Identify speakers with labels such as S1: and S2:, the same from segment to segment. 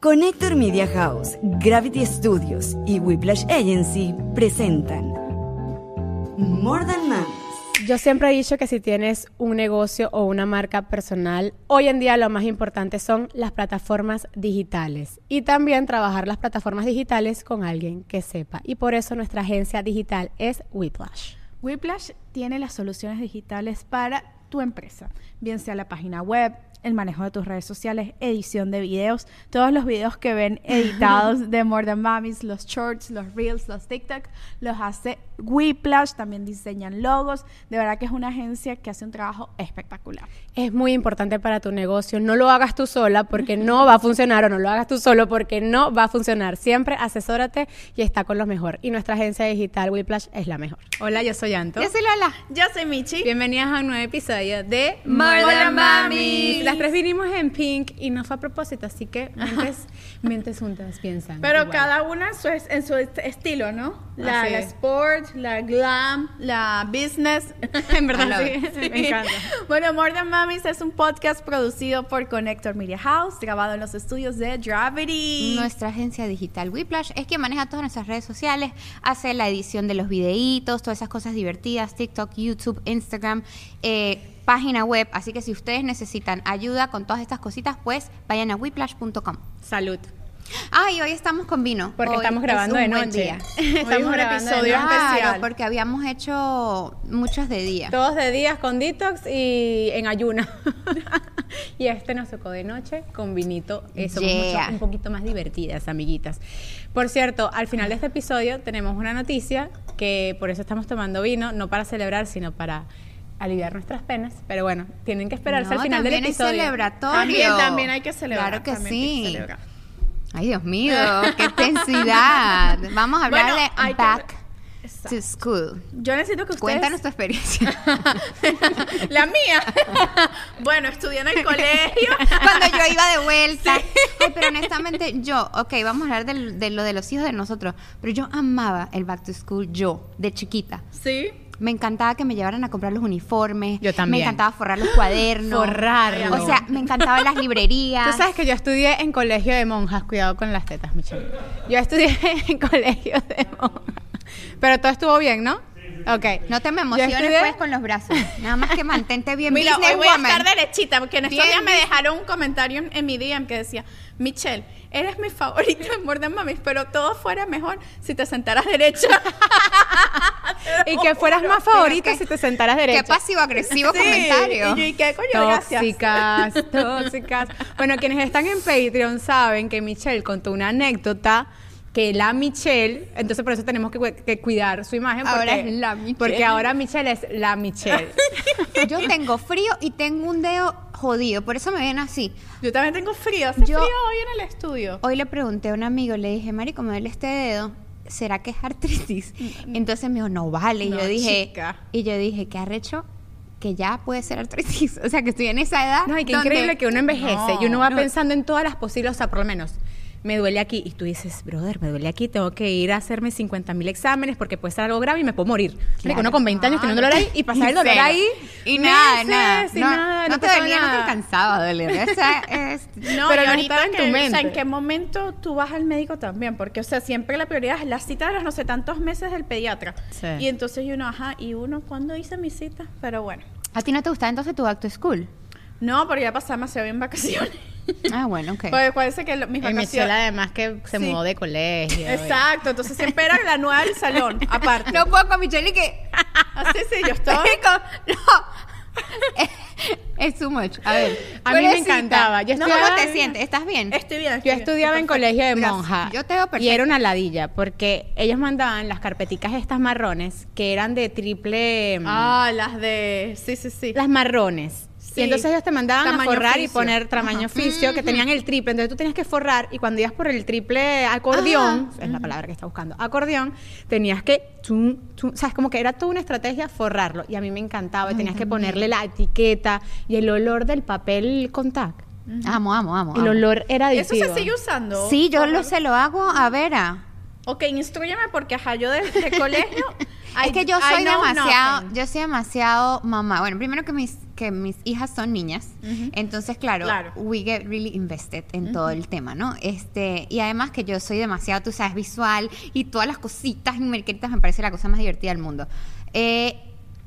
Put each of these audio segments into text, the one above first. S1: Connector Media House, Gravity Studios y Whiplash Agency presentan More Than Mamis.
S2: Yo siempre he dicho que si tienes un negocio o una marca personal, hoy en día lo más importante son las plataformas digitales y también trabajar las plataformas digitales con alguien que sepa. Y por eso nuestra agencia digital es Whiplash.
S3: Whiplash tiene las soluciones digitales para tu empresa, bien sea la página web, el manejo de tus redes sociales, edición de videos, todos los videos que ven editados de More Than Mamis, los shorts, los reels, los TikTok, los hace Whiplash, también diseñan logos, de verdad que es una agencia que hace un trabajo espectacular.
S2: Es muy importante para tu negocio, no lo hagas tú sola porque no va a funcionar o no lo hagas tú solo porque no va a funcionar. Siempre asesórate y está con lo mejor. Y nuestra agencia digital Whiplash es la mejor.
S4: Hola, yo soy Anto.
S5: Yo soy Lola.
S6: Yo soy Michi.
S4: Bienvenidas a un nuevo episodio de
S6: More Than Mamis.
S4: Las tres vinimos en Pink y no fue a propósito, así que mentes, mentes juntas piensan.
S6: Pero
S4: igual.
S6: cada una en su, es- en su est- estilo, ¿no? La,
S4: Así
S6: la
S4: es.
S6: sport, la glam, la business. en verdad, sí. Me encanta. Bueno, More Than Mamis es un podcast producido por Connector Media House, grabado en los estudios de Gravity.
S5: Nuestra agencia digital Whiplash es quien maneja todas nuestras redes sociales, hace la edición de los videitos, todas esas cosas divertidas, TikTok, YouTube, Instagram, eh, página web. Así que si ustedes necesitan ayuda con todas estas cositas, pues vayan a whiplash.com.
S4: Salud.
S5: Ah, y hoy estamos con vino.
S4: Porque
S5: Hoy
S4: estamos grabando
S5: es
S4: de
S5: un buen
S4: noche.
S5: día.
S6: Hoy es un
S4: grabando de
S6: episodio
S4: noche.
S6: especial.
S5: Claro, porque habíamos hecho muchos de día.
S4: Todos de días con detox y en ayuna. y este nos tocó de noche con vinito. Eh, somos
S5: Yeah.
S4: mucho- un poquito más divertidas, amiguitas. Por cierto, al final de este episodio tenemos una noticia que por eso estamos tomando vino, no para celebrar, sino para aliviar nuestras penas. Pero bueno, tienen que esperarse
S5: No,
S4: al final del
S5: también es
S4: episodio.
S5: celebratorio.
S6: También, también hay que celebrar.
S5: Claro que
S6: también hay que
S5: sí.
S6: celebrar.
S5: Ay, Dios mío, qué tensidad. Vamos a
S6: Bueno,
S5: hablar de
S6: hay que-
S5: Back
S6: Exacto.
S5: to School.
S6: Yo necesito que ustedes...
S5: Cuéntanos tu experiencia.
S6: la mía. bueno, estudié en el colegio.
S5: Cuando yo iba de vuelta. Ay, pero honestamente, yo, ok, vamos a hablar del- de lo de los hijos de nosotros. Pero yo amaba el back to school, yo, de chiquita.
S6: Sí.
S5: Me encantaba que me llevaran a comprar los uniformes.
S4: Yo también.
S5: Me encantaba forrar los cuadernos.
S4: Forrarlo.
S5: O sea, me encantaban las librerías.
S4: Tú sabes que yo estudié en colegio de monjas, cuidado con las tetas, Michelle. Yo estudié en colegio de monjas. Pero todo estuvo bien, ¿no? Ok.
S5: No te me
S4: Yo
S5: emociones
S4: estudié-
S5: pues con los brazos. Nada más que mantente bien
S6: Mira, hoy voy a
S5: businesswoman.
S6: estar derechita porque en estos
S5: Bien,
S6: días me dejaron un comentario en, en mi DM que decía, Michelle, eres mi favorita en Morden Mamis, pero todo fuera mejor si te sentaras derecha.
S4: Y que fueras más
S5: Pero
S4: favorita
S5: qué-
S4: si te sentaras
S5: Qué
S4: derecha.
S5: pasivo agresivo
S6: Sí.
S5: comentario.
S6: Y yo, ¿y qué coño? Gracias.
S4: Tóxicas, tóxicas. Bueno, quienes están en Patreon saben que Michelle contó una anécdota que la Michelle, entonces por eso tenemos que, cu- que cuidar su imagen.
S5: Ahora
S4: porque-
S5: es la Michelle.
S4: Porque ahora Michelle es la Michelle.
S5: Yo tengo frío y tengo un dedo jodido, por eso me ven así.
S6: Yo también tengo frío. Hace frío
S5: Yo-
S6: hoy en el estudio.
S5: Hoy le pregunté a un amigo, le dije, Mari, como duele este dedo, ¿será que es artritis?
S4: Mm,
S5: Entonces me dijo, no vale. Y
S6: No,
S5: yo dije,
S6: chica.
S5: y yo dije, ¿qué arrecho? Que ya puede ser artritis. O sea, que estoy en esa edad.
S4: No, y qué
S5: donde-
S4: increíble que uno envejece
S6: No,
S4: y uno va
S6: no.
S4: pensando en todas las posibles, o sea, por lo menos, me duele aquí. Y tú dices, brother, me duele aquí, tengo que ir a hacerme 50 mil exámenes porque puede ser algo grave y me puedo morir. Marico, uno con 20 años tiene un dolor ahí y pasar el dolor
S5: Cero.
S4: ahí.
S5: Y nada,
S4: meses,
S5: nada.
S4: y
S5: no,
S4: nada,
S5: no te
S4: pasó
S5: dolía, no te
S4: nada.
S5: alcanzaba a doler. Esa es-
S6: No,
S4: Pero
S6: y
S4: no
S6: ahorita
S4: estaba en tu
S6: que- O sea,
S4: mente.
S6: ¿en qué momento tú vas al médico también? Porque, o sea, siempre la prioridad es la cita de los no sé tantos meses del pediatra.
S4: Sí.
S6: Y entonces yo, uno, ajá, y uno, ¿cuándo hice mi cita? Pero bueno.
S5: ¿A ti no te gustaba entonces tu back to school?
S6: No, porque ya pasaba demasiado bien vacaciones.
S5: Ah, bueno, ok.
S6: Porque acuérdense que lo- mis
S4: Y Michelle,
S6: vacaciones...
S4: además, que se
S6: Sí.
S4: mudó de colegio. y-
S6: Exacto, entonces siempre era la nueva del salón, aparte.
S5: No puedo con Michelle y que...
S6: Así sí, yo estaba...
S5: no. es too much. A ver.
S4: A mí me
S5: Pobrecita.
S4: encantaba. Yo
S5: No,
S4: estudiaba-
S5: ¿Cómo te sientes? ¿Estás bien?
S6: Estoy bien, estoy
S4: Yo
S6: bien.
S4: estudiaba en colegio de
S5: Gracias.
S4: monja.
S5: Yo te veo perfecta.
S4: Y era una ladilla, porque ellos mandaban las carpeticas estas marrones, que eran de triple... mm,
S6: Ah, las de... Sí, sí, sí.
S4: las marrones.
S6: Sí.
S4: Y entonces ellos te mandaban
S6: Tamaño
S4: a forrar y
S6: oficio.
S4: poner tamaño oficio, que tenían el triple. Entonces tú tenías que forrar y cuando ibas por el triple acordeón, es la palabra que está buscando, acordeón, tenías que, tum, tum, sabes, como que era toda una estrategia forrarlo. Y a mí me encantaba y tenías que ponerle la etiqueta y el olor del papel contact.
S5: Amo, amo, amo.
S4: El
S5: amo.
S4: olor era
S6: ¿Eso
S4: adictivo.
S6: se sigue usando?
S5: Sí, yo
S6: Por
S5: lo,
S6: algo.
S5: se lo hago a Vera.
S6: Ok, instruyeme porque, ajá, yo de, de colegio
S5: es que yo soy
S6: I know
S5: demasiado,
S6: nothing.
S5: yo soy demasiado mamá. Bueno, primero que mis que mis hijas son niñas, entonces claro,
S6: Claro.
S5: we get really invested en todo el tema, ¿no? Este y además que yo soy demasiado, tú sabes, visual y todas las cositas y merqueritas me parece la cosa más divertida del mundo. Eh,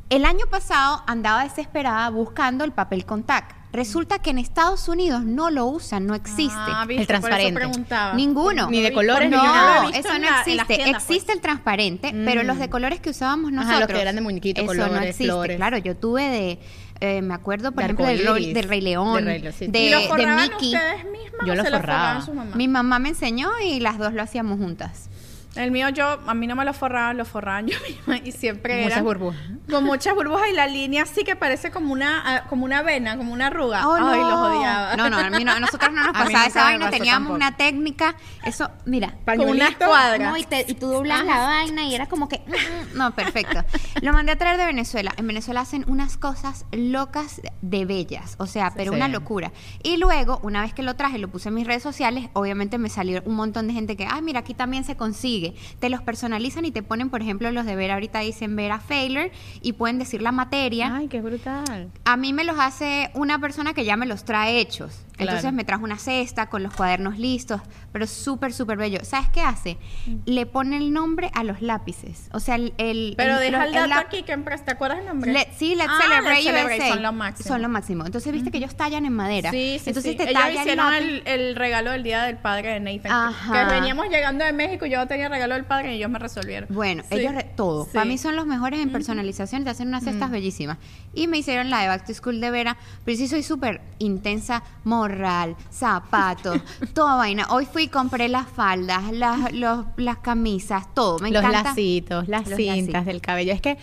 S5: el año pasado andaba desesperada buscando el papel contact. Resulta que en Estados Unidos no lo usan, no existe.
S6: Ah,
S4: El
S6: viste,
S4: transparente.
S6: Por eso preguntaba.
S5: Ninguno.
S4: Ni de colores, ni
S5: no,
S4: de nada. Mm.
S6: lo he visto
S5: eso
S6: en la-
S5: no
S6: en las
S5: existe.
S6: tiendas, pues.
S5: existe el transparente, pero los de colores que usábamos
S4: Ajá, los
S5: nosotros.
S4: que eran de muñequito,
S5: eso no
S4: colores,
S5: existe.
S4: flores.
S5: Claro, yo tuve de. eh, me acuerdo, por
S4: De
S5: ejemplo, del,
S4: arcoíris,
S5: rol- del Rey León,
S4: de Rey León, sí.
S5: de,
S4: ¿Y
S6: ¿Y lo
S5: de
S6: forraban
S5: Mickey.
S6: ustedes mismas
S4: Yo
S6: o
S4: lo
S6: se lo forraban
S4: forraba.
S6: su mamá?
S5: Mi mamá me enseñó y las dos lo hacíamos juntas.
S6: El mío yo, a mí no me lo forraban, lo forraban yo misma y siempre
S4: Muchas
S6: eran
S4: burbujas.
S6: Con muchas burbujas y la línea así que parece como una ah, como una vena, como una arruga.
S5: Oh,
S6: Ay,
S5: no.
S6: los odiaba.
S5: No, no, a mí no- a nosotros no nos
S4: A mí
S5: pasaba
S4: nunca
S5: esa
S4: me
S5: vaina,
S4: pasó
S5: teníamos
S4: tampoco.
S5: una técnica. Eso, mira,
S6: Con unas
S4: Pañuelito.
S6: cuadras.
S5: No, y, te- y tú doblas la vaina y era como que. mm, No, perfecto. Lo mandé a traer de Venezuela. En Venezuela hacen unas cosas locas de bellas. O sea, pero
S4: Sí.
S5: una locura. Y luego, una vez que lo traje, lo puse en mis redes sociales. Obviamente me salió un montón de gente que, ay, mira, aquí también se consigue. Te los personalizan y te ponen, por ejemplo, los de Vera ahorita dicen Vera Failure y pueden decir la
S6: ¿eh?
S5: materia.
S4: Ay, qué brutal.
S5: A mí me los hace una persona que ya me los trae hechos.
S4: Claro.
S5: Entonces me trajo una cesta con los cuadernos listos, pero súper, súper bello. ¿Sabes qué hace?
S6: Mm.
S5: Le pone el nombre a los lápices. O sea, el... el-
S6: Pero
S5: el-
S6: deja el
S5: los-
S6: dato
S5: el lap-
S6: aquí que en- ¿te acuerdas el nombre?
S5: Le- sí, Let's
S6: Ah,
S5: Celebrate
S6: Let's Celebrate,
S5: USA.
S6: Son lo máximo.
S5: Son lo máximo. Entonces, viste que ellos tallan en madera.
S6: Sí, sí,
S5: Entonces este
S6: sí.
S5: te
S6: Ellos
S5: tallan
S6: hicieron
S5: lápiz-
S6: el, el regalo del día del padre de Nathan. que-
S5: Ajá.
S6: Que veníamos llegando de México y yo no tenía regalo del padre y ellos me resolvieron.
S5: Bueno,
S6: Sí.
S5: ellos re- todo.
S6: Sí.
S5: Para mí son los mejores en personalización, te hacen unas cestas bellísimas. Y me hicieron la de Back to School de Vera, pero sí soy súper intensa, morral, zapatos, toda vaina. Hoy fui y compré las faldas, las, los- las camisas, todo. Me
S4: los
S5: encanta.
S4: lacitos, las
S5: Los
S4: cintas
S5: lacitos.
S4: del cabello. Es que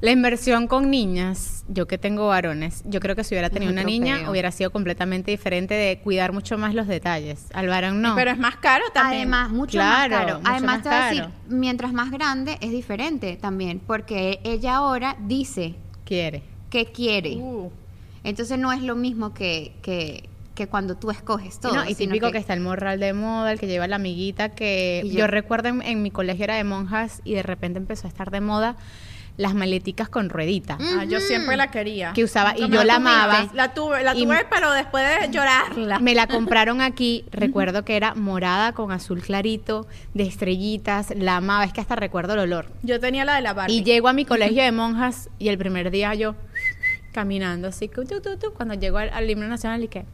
S4: la inversión con niñas, yo que tengo varones, yo creo que si hubiera tenido una
S5: otro
S4: niña
S5: peo.
S4: hubiera sido completamente diferente de cuidar mucho más los detalles. Al varón no.
S6: Pero es más caro también.
S5: Además, mucho
S4: Claro,
S5: más caro.
S4: mucho
S5: Además,
S4: más
S5: te voy a decir,
S4: caro.
S5: mientras más grande es diferente también, porque ella ahora dice
S4: quiere.
S5: que quiere.
S6: Uh,
S5: Entonces no es lo mismo que, que, que cuando tú escoges todo.
S4: No, y
S5: sino
S4: típico que... está el morral de moda, el que lleva la amiguita que...
S5: Y
S4: Yo,
S5: yo-
S4: recuerdo en, en mi colegio era de monjas y de repente empezó a estar de moda las maleticas con ruedita.
S5: Mm.
S6: ah, yo siempre la quería.
S4: Que usaba, y
S6: Nunca me
S4: yo la
S6: tuviste.
S4: amaba.
S6: La tuve, la
S4: Y-
S6: tuve, pero después de llorarla.
S4: Me la compraron aquí, recuerdo que era morada con azul clarito, de estrellitas, la amaba, es que hasta recuerdo el olor.
S6: Yo tenía la de la Barbie.
S4: Y llego a mi colegio de monjas y el primer día yo caminando así, cu, tu, tu, tu, cuando llego al, al himno nacional y que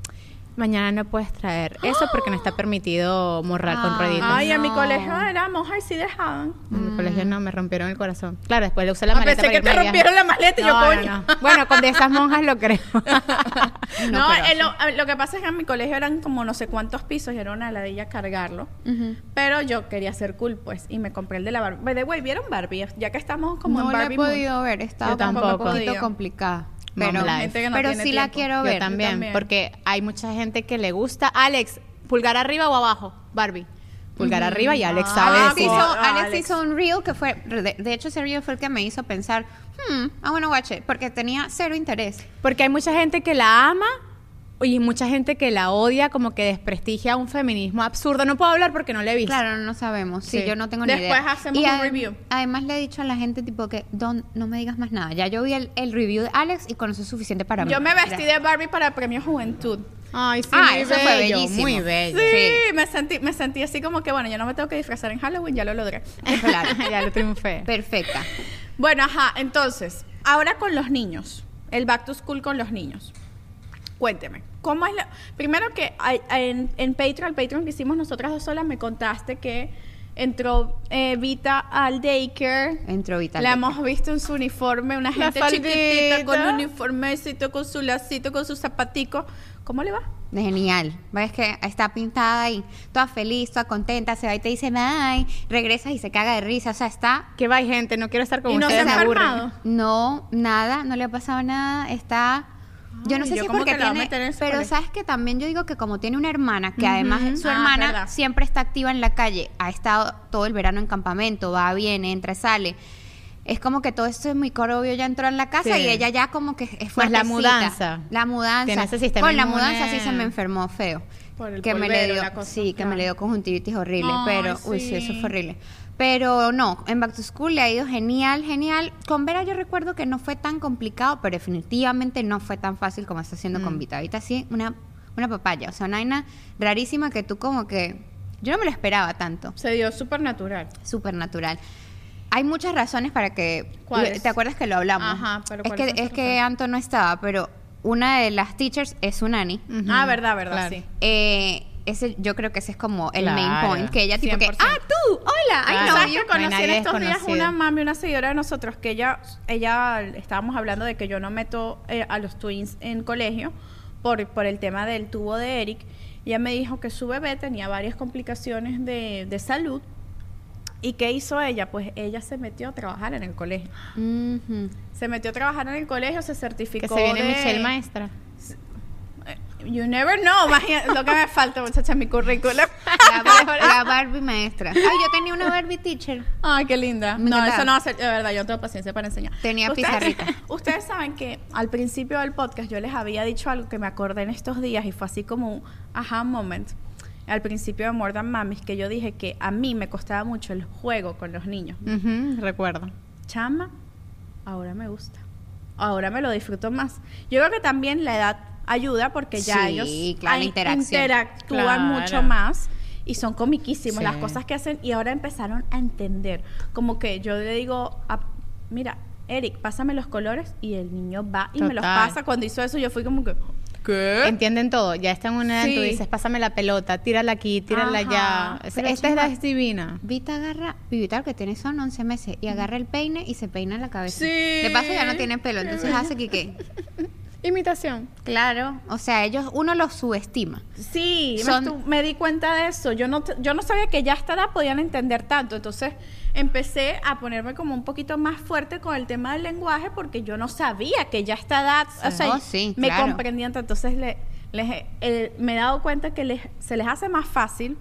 S4: mañana no puedes traer eso porque no está permitido morrar con
S5: Ah.
S4: rueditas.
S6: Ay, a mi
S5: No.
S6: colegio era monja y sí dejaban.
S4: En mi colegio no, me rompieron el corazón. Claro, después le usé la
S6: Ah,
S4: maleta.
S6: pensé
S4: para
S6: que
S4: irme
S6: te
S4: de viaje.
S6: rompieron la maleta y yo,
S4: No, no,
S6: coño.
S4: no. Bueno, con de esas monjas lo creo.
S6: No, eh, lo, a- lo que pasa es que en mi colegio eran como no sé cuántos pisos y era una ladilla cargarlo. Pero yo quería ser cool, pues, y me compré el de la Barbie. By the way, ¿vieron Barbie? Ya que estamos como
S5: no
S6: en
S5: la
S6: Barbie
S5: he
S6: Moon.
S5: podido ver, estaba
S4: Yo
S5: como
S4: tampoco.
S5: un poquito
S6: Podido.
S5: complicada.
S4: Mom
S5: Pero,
S4: life.
S6: Gente que no
S5: pero sí
S6: tiene
S5: la
S6: tiempo.
S5: quiero
S4: Yo
S5: ver.
S4: también,
S6: también.
S4: porque hay mucha gente que le gusta. Alex, pulgar arriba o abajo, Barbie. Pulgar arriba y Alex sabe
S5: Alex,
S4: decir.
S5: hizo,
S6: Ah,
S5: Alex
S6: Alex.
S5: hizo un reel que fue, de, de hecho ese reel fue el que me hizo pensar, hmm, I wanna watch it, porque tenía cero interés.
S4: Porque hay mucha gente que la ama y mucha gente que la odia, como que desprestigia un feminismo absurdo. No puedo hablar porque no le he visto.
S5: Claro, no sabemos, sí,
S4: Sí.
S5: yo no tengo ni idea.
S6: Después hacemos un
S5: adem-
S6: review.
S5: Además le he dicho a la gente tipo que, Don, no me digas más nada, ya yo vi el, el review de Alex y con eso es suficiente para mí.
S6: Yo me vestí de Barbie para el premio Juventud.
S4: Ay, sí,
S5: Ah,
S4: muy
S5: eso fue
S4: bello,
S5: bellísimo.
S4: Muy bello.
S6: Sí, Me, sentí, me sentí así como que, bueno, yo no me tengo que disfrazar en Halloween, ya lo logré.
S5: Claro.
S4: ya lo triunfé.
S5: Perfecta.
S6: Bueno, ajá, entonces, ahora con los niños, el back to school con los niños. Cuénteme, ¿cómo es la... Primero que hay- en, en Patreon, el Patreon que hicimos nosotras dos solas, me contaste que entró eh, Vita al daycare.
S5: Entró Vital.
S6: La hemos visto en su uniforme, una gente chiquitita
S4: faldita.
S6: con uniformecito, con su lacito, con su zapatico. ¿Cómo le va?
S5: De Genial. Ves que está pintada ahí, toda feliz, toda contenta, se va y te dice bye, regresas y se caga de risa, o sea, está...
S4: Que va, gente, no quiero estar con
S6: Y no
S4: ustedes,
S6: se
S4: me
S6: ha
S4: aburren.
S6: enfermado.
S5: No, nada, no le ha pasado nada, está... Yo no
S6: Ay,
S5: sé
S6: yo
S5: si
S6: como
S5: porque
S6: que la voy a
S5: tiene,
S6: meter en ese
S5: pero
S6: colegio.
S5: sabes que también yo digo que como tiene una hermana, que además su
S6: Ah,
S5: hermana
S6: verdad.
S5: siempre está activa en la calle, ha estado todo el verano en campamento, va, viene, entra, sale, es como que todo esto es muy coro, obvio, ya entró en la casa
S4: Sí.
S5: y ella ya como que
S6: Pues
S5: es
S4: Más la
S5: fuertecita.
S4: mudanza.
S5: La mudanza.
S4: Tiene ese sistema
S5: Con la
S4: inmune.
S5: mudanza sí se me enfermó feo.
S6: Por el
S5: que me le
S6: polvero,
S5: dio,
S6: la cosa,
S5: sí, que me
S6: claro.
S5: le dio conjuntivitis horrible,
S6: Ay,
S5: pero uy,
S6: sí.
S5: sí, eso fue horrible. Pero no, en Back to School le ha ido genial, genial. Con Vera yo recuerdo que no fue tan complicado, pero definitivamente no fue tan fácil como está haciendo
S6: Mm.
S5: con Vita. Vita sí, una, una papaya. O sea, una vaina rarísima que tú como que... Yo no me lo esperaba tanto.
S6: Se dio súper natural.
S5: Súper natural. Hay muchas razones para que...
S6: ¿Cuáles?
S5: ¿Te acuerdas que lo hablamos?
S6: Ajá, pero
S5: Es
S6: ¿cuáles
S5: que,
S6: son
S5: es
S6: esas
S5: que Anto no estaba, pero una de las teachers es Unani.
S6: Ah, verdad, verdad,
S5: Claro.
S6: sí.
S5: Eh, ese, yo creo que ese es como el main
S6: Claro.
S5: point. Que ella tipo que,
S6: 100%.
S5: ¡Ah, tú! ¡Hola! ¡Ay,
S6: Ay,
S5: no!
S6: ¿sabes
S5: yo-
S6: que conocí
S5: no hay
S6: en
S5: nadie
S6: estos días
S5: desconocido.
S6: una mami, una seguidora de nosotros, que ella, ella estábamos hablando de que yo no meto eh, a los twins en colegio por, por el tema del tubo de Eric. Y Ella me dijo que su bebé tenía varias complicaciones de, de salud. ¿Y qué hizo ella? Pues ella se metió a trabajar en el colegio.
S5: Ujú.
S6: Se metió a trabajar en el colegio, se
S4: Que
S6: certificó.
S4: se viene
S6: de-
S4: Michelle Maestra.
S6: You never know, imagina- lo que me falta, muchacha, en mi currículum.
S5: La, Bar- la Barbie maestra. Ay, yo tenía una Barbie teacher.
S6: Ay, qué linda.
S5: Me
S6: no,
S5: encantaba.
S6: eso no va a ser, de verdad, yo no tengo paciencia para enseñar.
S5: Tenía pizarrita.
S6: Ustedes saben que al principio del podcast yo les había dicho algo que me acordé en estos días y fue así como un aha moment. Al principio de More Than Mamis, que yo dije que a mí me costaba mucho el juego con los niños.
S4: Ujú, recuerdo.
S6: Chama, ahora me gusta. Ahora me lo disfruto más. Yo creo que también la edad ayuda porque ya
S5: Sí,
S6: ellos
S5: claro, la
S6: ay,
S5: interacción.
S6: interactúan
S4: Claro.
S6: mucho más y son comiquísimos
S4: Sí.
S6: las cosas que hacen y ahora empezaron a entender. Como que yo le digo, a- mira, Eric, pásame los colores y el niño va y me los
S4: Total.
S6: pasa. Cuando hizo eso yo fui como que... "Oh". ¿Qué?
S4: Entienden todo. Ya está en una edad,
S6: Sí.
S4: tú dices, pásame la pelota, tírala aquí, tírala
S6: Ajá.
S4: allá. Es-
S5: Pero
S4: Esta
S5: chimba.
S4: edad es divina.
S5: Vita agarra, Vivita lo que tiene son 11 meses, y agarra el peine y se peina la cabeza.
S6: Sí.
S5: De paso ya no tiene pelo, entonces hace que qué.
S4: Imitación.
S5: Claro, o sea, ellos, uno los subestima.
S6: Sí, me
S5: Son-
S6: estu- me, di cuenta de eso. Yo no, yo no sabía que ya a esta edad podían entender tanto. Entonces empecé a ponerme como un poquito más fuerte con el tema del lenguaje porque yo no sabía que ya a esta edad, o sea,
S5: Oh, sí,
S6: me
S5: claro.
S6: comprendían tanto. Entonces le- les, el- me he dado cuenta que les, se les hace más fácil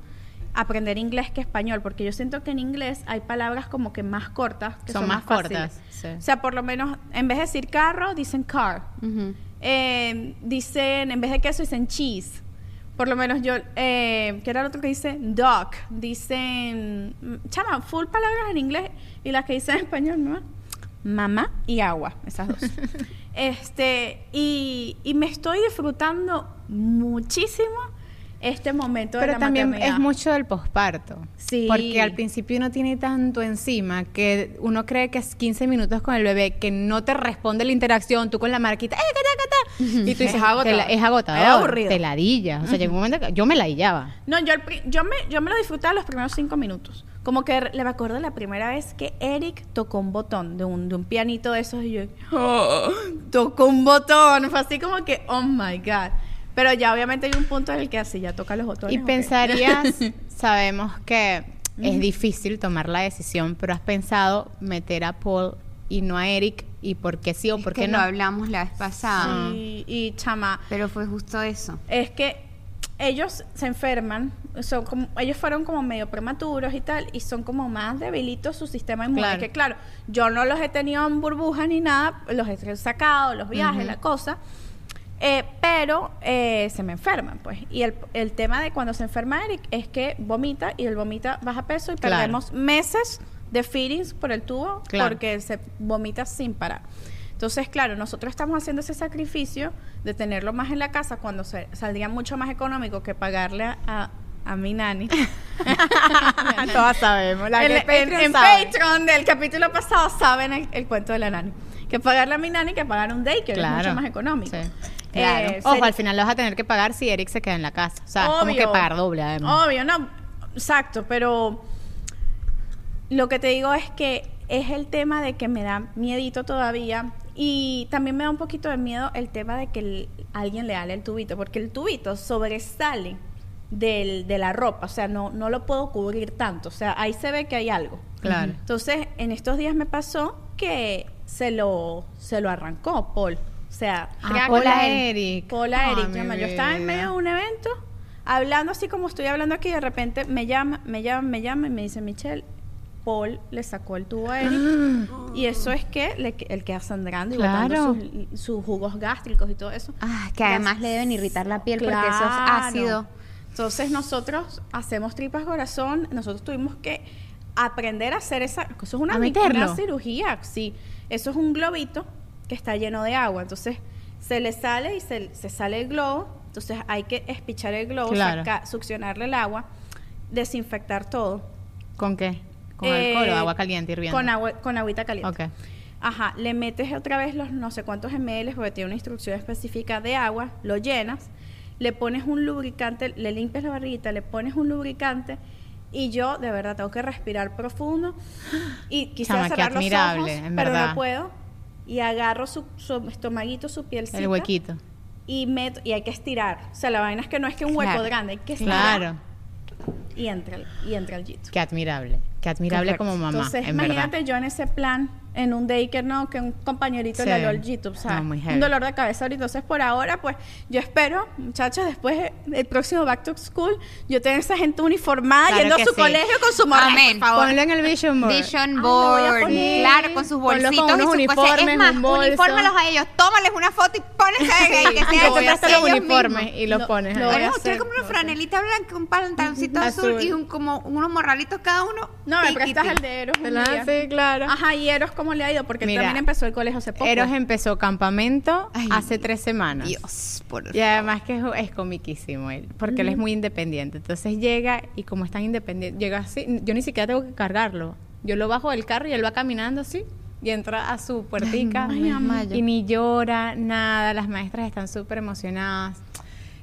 S6: aprender inglés que español porque yo siento que en inglés hay palabras como que más cortas que son,
S4: Son más cortas,
S6: fáciles.
S4: sí.
S6: o sea por lo menos en vez de decir carro dicen car
S5: Ujú.
S6: eh, dicen, en vez de queso, dicen cheese. Por lo menos yo, eh, ¿qué era lo otro que dice? Dog. Dicen, mm, chama, full palabras en inglés y las que dicen en español, ¿no? Mamá y agua, esas dos. este, y, y me estoy disfrutando muchísimo este momento de
S4: Pero
S6: la
S4: también
S6: maternidad.
S4: es mucho del posparto.
S6: Sí.
S4: Porque al principio uno tiene tanto encima que uno cree que es 15 minutos con el bebé que no te responde la interacción, tú con la marquita, ¡eh, ta, ta, ta, ta! Y tú
S6: Mm. Es
S4: dices, te la-
S6: agotador.
S4: es agotador.
S6: Es aburrido.
S4: Te ladillas. O sea, llegó un momento que yo me ladillaba.
S6: No, yo, al pri- yo, me, yo me lo disfrutaba los primeros cinco minutos. Como que re- le me acuerdo la primera vez que Eric tocó un botón de un, de un pianito de esos y yo, "Oh, tocó un botón. Fue así como que, oh my God. Pero ya obviamente hay un punto en el que así ya toca los botones.
S4: Y
S6: ok.
S4: pensarías, sabemos que es difícil tomar la decisión, pero has pensado meter a Paul y no a Eric, y por qué sí o por
S5: Porque
S4: qué
S5: lo
S4: no.
S5: hablamos la vez pasada.
S6: Sí, y chama,
S5: Pero fue justo eso.
S6: es que ellos se enferman, son como, ellos fueron como medio prematuros y tal, y son como más debilitos su sistema inmune.
S4: Claro.
S6: Que claro, yo no los he tenido en burbuja ni nada, los he sacado, los viajes, la cosa. eh, pero eh, se me enferman, pues. Y el, el tema de cuando se enferma Eric es que vomita y el vomita baja peso y
S4: Claro.
S6: perdemos meses de feedings por el tubo
S4: Claro.
S6: porque se vomita sin parar. Entonces, claro, nosotros estamos haciendo ese sacrificio de tenerlo más en la casa cuando se- saldría mucho más económico que pagarle a, a- a mi nani.
S4: Todas sabemos.
S6: En-
S4: que
S6: en
S4: Patreon
S6: en
S4: sabe.
S6: Patreon del capítulo pasado saben el, el cuento de la nani. Que pagarle a mi nani que pagar un daycare
S4: Claro.
S6: es mucho más económico.
S4: Sí.
S5: Claro.
S6: Eh,
S4: Ojo,
S6: sería-
S4: al final lo vas a tener que pagar si Eric se queda en la casa. O sea, como que
S6: Obvio.
S4: pagar doble, además.
S6: Obvio, no. Exacto, pero lo que te digo es que es el tema de que me da miedito todavía y también me da un poquito de miedo el tema de que el- alguien le dale el tubito, porque el tubito sobresale del, de la ropa, o sea, no, no lo puedo cubrir tanto, o sea, ahí se ve que hay algo.
S4: Claro.
S6: Entonces, en estos días me pasó que se lo, se lo arrancó Paul, o sea,
S5: Ah,
S4: Paul
S5: hola,
S4: a
S5: Eric.
S4: Eric.
S6: Hola
S4: Ah,
S6: Eric,
S4: mi
S6: llama. Yo estaba en
S4: vida.
S6: medio de un evento, hablando así como estoy hablando aquí, y de repente me llama, me llama, me llama y me dice Michelle, Paul le sacó el tubo a Eric. y eso es que le, que- él queda sangrando y
S4: Claro.
S6: botando sus, sus jugos gástricos y todo eso.
S5: Ah, que además le deben irritar la piel porque eso es
S6: Claro.
S5: ácido.
S6: Entonces nosotros hacemos tripas corazón, nosotros tuvimos que aprender a hacer esa. Eso es una,
S4: A meterlo.
S6: una cirugía, sí. Eso es un globito que está lleno de agua. Entonces, se le sale y se, se sale el globo. Entonces, hay que espichar el globo,
S4: Claro.
S6: saca- succionarle el agua, desinfectar todo.
S4: ¿Con qué? ¿Con
S6: Eh,
S4: alcohol o agua caliente hirviendo?
S6: Con, agua, con agüita caliente.
S4: Ok.
S6: Ajá, le metes otra vez los no sé cuántos ml, porque tiene una instrucción específica de agua, lo llenas, le pones un lubricante, le limpias la barriguita, le pones un lubricante y yo de verdad tengo que respirar profundo y quisiera
S4: Chama, qué
S6: cerrar los
S4: admirable,
S6: ojos,
S4: en
S6: pero
S4: verdad.
S6: no puedo y agarro su, su estomaguito, su pielcita
S4: El huequito.
S6: y meto y hay que estirar, o sea, la vaina es que no es que un hueco
S5: Claro,
S6: grande, hay que estirar
S4: Claro.
S6: y entra el- y entra el jitsu.
S4: Qué admirable. Qué admirable
S6: Correcto.
S4: como mamá,
S6: Entonces,
S4: en verdad.
S6: imagínate yo en ese plan, en un day que no, que un compañerito
S4: Sí.
S6: le habló al YouTube, ¿sabes?
S4: No, muy heavy.
S6: un dolor de cabeza ahorita. Entonces, por ahora, pues, yo espero, muchachos, después del próximo Back to School, yo tener esa gente uniformada
S4: Claro
S6: yendo a
S4: que
S6: su
S4: sí.
S6: colegio con su morra.
S5: Amén.
S6: por favor.
S4: Ponlo en el vision board.
S5: Vision
S6: Ah, lo voy a
S5: board,
S6: poner.
S5: claro, con sus
S2: Ponlo con
S5: bolsitos y
S2: unos
S5: sus cosas. Es
S2: uniformes,
S5: más,
S2: un bolso.
S5: unifórmalos a ellos, tómales una foto y pónganse ahí, que
S4: Y
S5: sea
S4: te
S5: ellos
S4: compras los
S5: ellos
S4: uniformes
S5: mismos.
S4: y los
S6: Lo-
S4: pones.
S6: lo
S4: ahí.
S6: voy a
S5: Bueno, usted
S6: hacer,
S5: compra
S6: lo
S5: una
S6: voy a hacer.
S5: franelita blanca, un pantaloncito azul,
S4: Azul.
S5: y un, como unos morralitos cada uno.
S6: No, me
S5: Tiqui,
S6: prestas
S5: tiqui.
S6: el de Eros.
S4: Te
S6: un
S4: la-
S6: día.
S4: sí, claro.
S6: Ajá, y Eros, ¿cómo le ha ido? Porque él
S4: Mira,
S6: también empezó el colegio hace poco.
S4: Eros em- empezó campamento
S5: Ay,
S4: hace tres semanas.
S5: Dios, por
S4: Y además que es, es comiquísimo él, porque él es muy independiente. Entonces llega y como es tan independiente, llega así, yo ni siquiera tengo que cargarlo. Yo lo bajo del carro y él va caminando así y entra a su puertica
S6: Ay, mamá.
S4: y ni llora, nada, las maestras están súper emocionadas.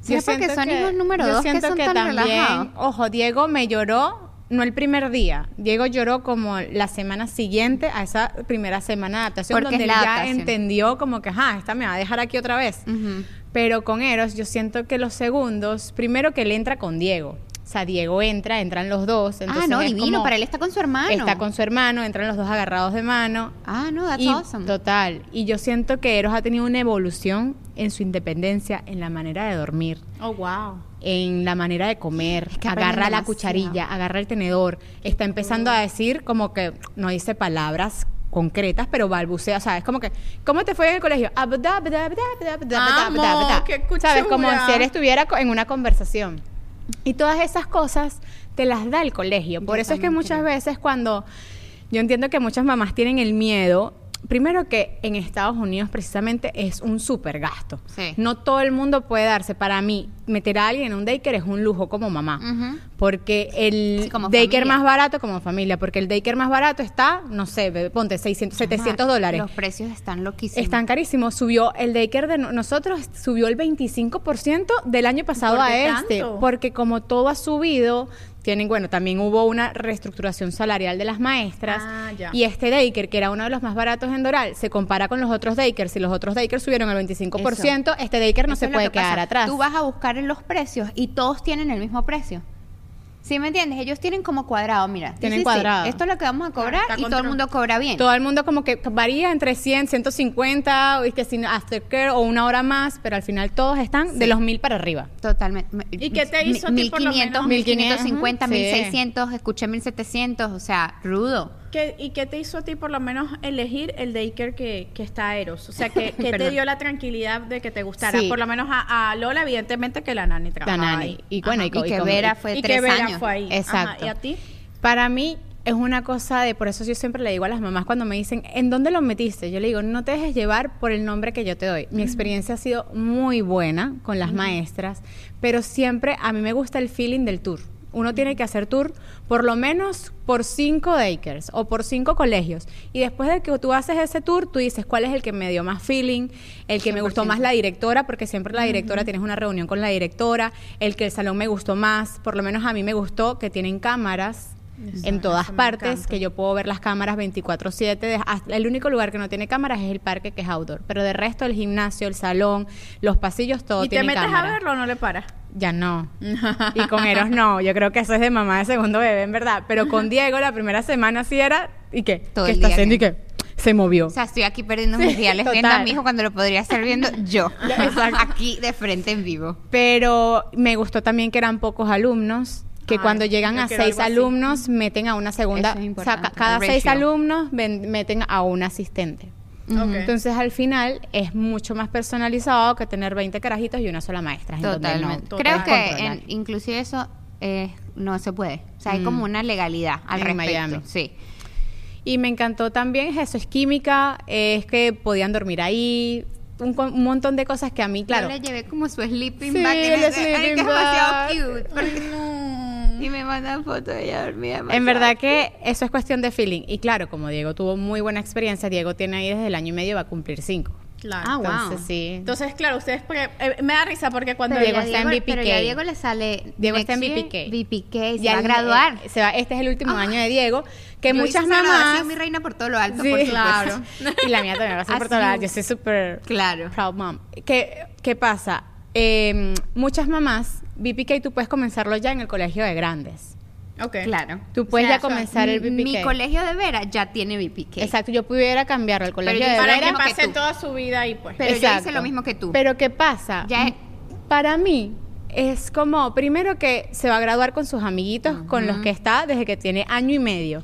S5: ¿Será porque
S4: siento
S5: son hijos número
S4: yo
S5: dos que
S4: siento
S5: son tan relajados?
S4: Ojo, Diego me lloró, no el primer día, Diego lloró como la semana siguiente a esa primera semana de adaptación,
S5: Porque
S4: donde
S5: es
S4: él
S5: la
S4: ya
S5: adaptación.
S4: entendió como que, ajá, esta me va a dejar aquí otra vez.
S5: Ujú.
S4: Pero con Eros yo siento que los segundos, primero que él entra con Diego. O sea, Diego entra, entran los dos.
S5: Ah,
S4: entonces
S5: no,
S4: es
S5: divino,
S4: como-
S5: para él está con su hermano.
S4: Está con su hermano, entran los dos agarrados de mano.
S5: Ah, no, that's
S4: y,
S5: awesome.
S4: Total. Y yo siento que Eros ha tenido una evolución en su independencia, en la manera de dormir,
S6: Oh, wow.
S4: en la manera de comer.
S5: Es que aprende
S4: agarra la
S5: demasiado.
S4: cucharilla, agarra el tenedor. Está empezando a decir como que no dice palabras concretas, pero balbucea, o sea, es como que ¿cómo te fue en el colegio? Ah, Abda, abda, abda, abda, abda,
S6: Amo,
S4: abda, abda.
S6: qué
S4: Sabes como
S6: cuchura.
S4: si él estuviera co- en una conversación. Y todas esas cosas te las da el colegio. Por eso es que muchas veces cuando yo entiendo que muchas mamás tienen el miedo Primero que en Estados Unidos precisamente es un super gasto.
S5: Sí.
S4: No todo el mundo puede darse. Para mí, meter a alguien en un daycare es un lujo como mamá.
S5: Ujú.
S4: Porque el
S5: Sí, como
S4: daycare
S5: familia.
S4: más barato como familia, porque el daycare más barato está, no sé, be- ponte 600, 700 dólares.
S5: Los precios están loquísimos.
S4: Están carísimos. Subió el daycare de no- nosotros, subió el 25% del año pasado
S6: ¿Por
S4: a
S6: qué
S4: este.
S6: tanto?
S4: Porque como todo ha subido, tienen, bueno, también hubo una reestructuración salarial de las maestras.
S6: Ah, ya.
S4: Y este daycare, que era uno de los más baratos en Doral, se compara con los otros daycares. Si los otros daycares subieron el 25%, este daycare no
S5: Eso
S4: se
S5: es lo
S4: puede
S5: que pasa.
S4: quedar atrás.
S5: Tú vas a buscar en los precios y todos tienen el mismo precio. ¿Sí me entiendes? Ellos tienen como cuadrado, mira.
S4: Tienen
S5: dice, sí,
S4: cuadrado.
S5: esto es lo que vamos a cobrar
S6: está
S5: y todo el
S6: control-
S5: mundo cobra bien.
S4: Todo el mundo como que varía entre 100, 150, o es que sin aftercare o una hora más, pero al final todos están de los mil para arriba.
S5: Totalmente. Me-
S6: ¿Y qué te
S5: mi-
S6: hizo a ti por lo
S5: 1500,
S6: menos?
S5: 1550,
S4: Ujú, sí.
S5: 1600, escuché 1700, o sea, rudo.
S6: ¿Qué- ¿Y qué te hizo a ti por lo menos elegir el daycare que, que está Eros? O sea, ¿qué, qué te
S4: Perdón.
S6: dio la tranquilidad de que te gustara?
S4: Sí.
S6: Por lo menos a, a Lola, evidentemente, que la nani
S4: La
S6: trabajaba
S4: nani.
S6: ahí. Ah,
S4: Y bueno,
S5: Ajá.
S4: y, co- y
S5: que
S4: con-
S5: Vera
S4: y-
S5: fue
S6: y que
S5: tres
S6: Vera
S5: años.
S6: fue ahí. Ajá,
S4: Exacto.
S6: ¿Y a ti?
S4: Para mí es una cosa de, por eso yo siempre le digo a las mamás cuando me dicen, ¿en dónde lo metiste? Yo le digo, no te dejes llevar por el nombre que yo te doy. Mi experiencia ha sido muy buena con las maestras, pero siempre a mí me gusta el feeling del tour. Uno tiene que hacer tour por lo menos por cinco daycares o por cinco colegios. Y después de que tú haces ese este tour, tú dices cuál es el que me dio más feeling, el que me gustó más la directora, porque siempre la directora tienes una reunión con la directora, el que el salón me gustó más, por lo menos a mí me gustó que tienen cámaras en todas
S6: eso me
S4: partes,
S6: encanta.
S4: que yo puedo ver las cámaras 24/7. de- hasta- El único lugar que no tiene cámaras es el parque, que es outdoor. Pero de resto, el gimnasio, el salón, los pasillos, todo
S6: ¿Y te
S4: tiene
S6: metes
S4: cámara.
S6: a verlo o no le paras?
S4: Ya no. Y con Eros no. Yo creo que eso es de mamá de segundo bebé, en verdad. Pero con Diego la primera semana sí era. ¿Y qué?
S5: Todo
S4: ¿Qué
S5: el
S4: está
S5: día
S4: haciendo? ¿Y
S5: que-
S4: qué? Se movió.
S5: O sea, estoy aquí perdiendo mis reales viendo a
S4: total.
S5: mi hijo cuando lo podría estar viendo yo. aquí de frente en vivo.
S4: Pero me gustó también que eran pocos alumnos. Que
S6: Ay,
S5: Ah,
S4: cuando llegan
S6: yo
S4: a
S6: quiero
S4: seis
S6: algo así.
S4: alumnos, meten a una segunda.
S5: Eso es
S4: o sea, ca-
S5: importante,
S4: cada
S5: el
S4: seis
S5: ratio.
S4: alumnos ven- meten a un asistente.
S6: Ok.
S4: Entonces al final es mucho más personalizado que tener 20 carajitos y una sola maestra. en donde no-
S5: Totalmente.
S6: no-
S5: Creo
S6: no
S5: que
S4: controlan.
S5: en- inclusive eso es no se puede. O sea, hay como una legalidad al
S4: Mm. En
S5: respecto.
S4: Miami.
S5: Sí.
S4: Y me encantó también es eso, es química, es que podían dormir ahí, un, co- un montón de cosas que a mí, claro.
S5: Yo le llevé como su sleeping
S4: Sí,
S5: bag. y me
S4: el
S5: dice, "Ay, que
S4: sleeping
S5: es demasiado
S4: bag".
S5: cute. porque- Y me mandan fotos de ella dormida.
S4: En
S5: demasiado
S4: verdad que eso es cuestión de feeling. Y claro, como Diego tuvo muy buena experiencia, Diego tiene ahí desde el año y medio, va a cumplir cinco.
S6: Claro.
S5: Ah, wow.
S4: Entonces, sí.
S6: Entonces, claro, ustedes porque, eh, me da risa porque cuando
S5: Pero
S4: Diego
S5: ya
S4: está en
S5: Diego- Pero
S4: VPK.
S5: ya Diego le sale.
S4: Diego está en
S5: next year,
S4: VPK.
S5: VPK, se
S4: Ya
S5: va a
S4: el-
S5: graduar. Ah.
S4: eh, se va- este es el último año de Diego, que
S5: Yo hice
S4: muchas
S5: esa
S4: mamás...
S5: graduación, mi reina por todo lo alto,
S4: Sí.
S5: por supuesto.
S4: y la mía también va a ser por
S5: Así
S4: todas las-
S5: es.
S4: Yo soy súper
S5: Claro.
S4: proud mom. ¿Qué, qué pasa? Eh, muchas mamás, BPK tú puedes comenzarlo ya en el colegio de grandes.
S6: Ok.
S5: Claro.
S4: Tú puedes
S5: O sea,
S4: ya comenzar el
S5: mi-
S4: BPK.
S5: Mi colegio de Vera ya tiene VPK.
S4: Exacto, yo pudiera cambiarlo al colegio
S5: yo
S4: de
S5: hice
S6: Para
S5: Pero
S4: grandes.
S5: lo
S6: que
S5: mismo que
S6: pase toda
S5: tú.
S6: su vida ahí, pues.
S5: Pero yo hice
S4: Exacto.
S5: lo mismo que tú.
S4: Pero ¿qué pasa?
S5: Ya es-
S4: Para mí es como, primero que se va a graduar con sus amiguitos, con los que está desde que tiene año y medio.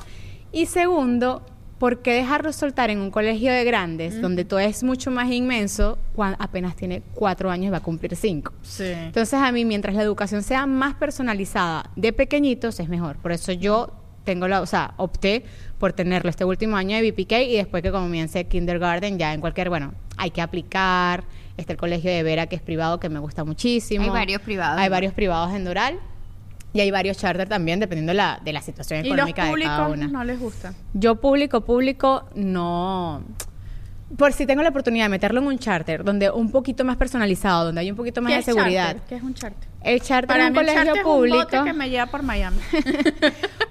S4: Y segundo, ¿por qué dejarlo soltar en un colegio de grandes, donde todo es mucho más inmenso, cuando apenas tiene cuatro años y va a cumplir cinco?
S6: Sí.
S4: Entonces a mí, mientras la educación sea más personalizada de pequeñitos, es mejor. Por eso yo tengo la, o sea, opté por tenerlo este último año de BPK y después que comience kindergarten, ya en cualquier, bueno, hay que aplicar. Está el colegio de Vera, que es privado, que me gusta muchísimo.
S5: Hay varios privados,
S4: Hay
S5: ¿no?
S4: varios privados en Doral. Y hay varios charter también, dependiendo la, de la situación
S6: Y los
S4: económica de cada
S6: públicos
S4: una.
S6: no les gusta.
S4: Yo público, público, no. Por si tengo la oportunidad de meterlo en un charter, donde un poquito más personalizado, donde hay un poquito más
S6: ¿Qué
S4: de
S6: es
S4: seguridad.
S6: charter? ¿Qué es un charter?
S4: El charter
S6: Para
S4: en
S6: mí
S4: un
S6: el
S4: colegio
S6: charter es un
S4: público.
S6: bote que me lleva por Miami.
S5: Pronto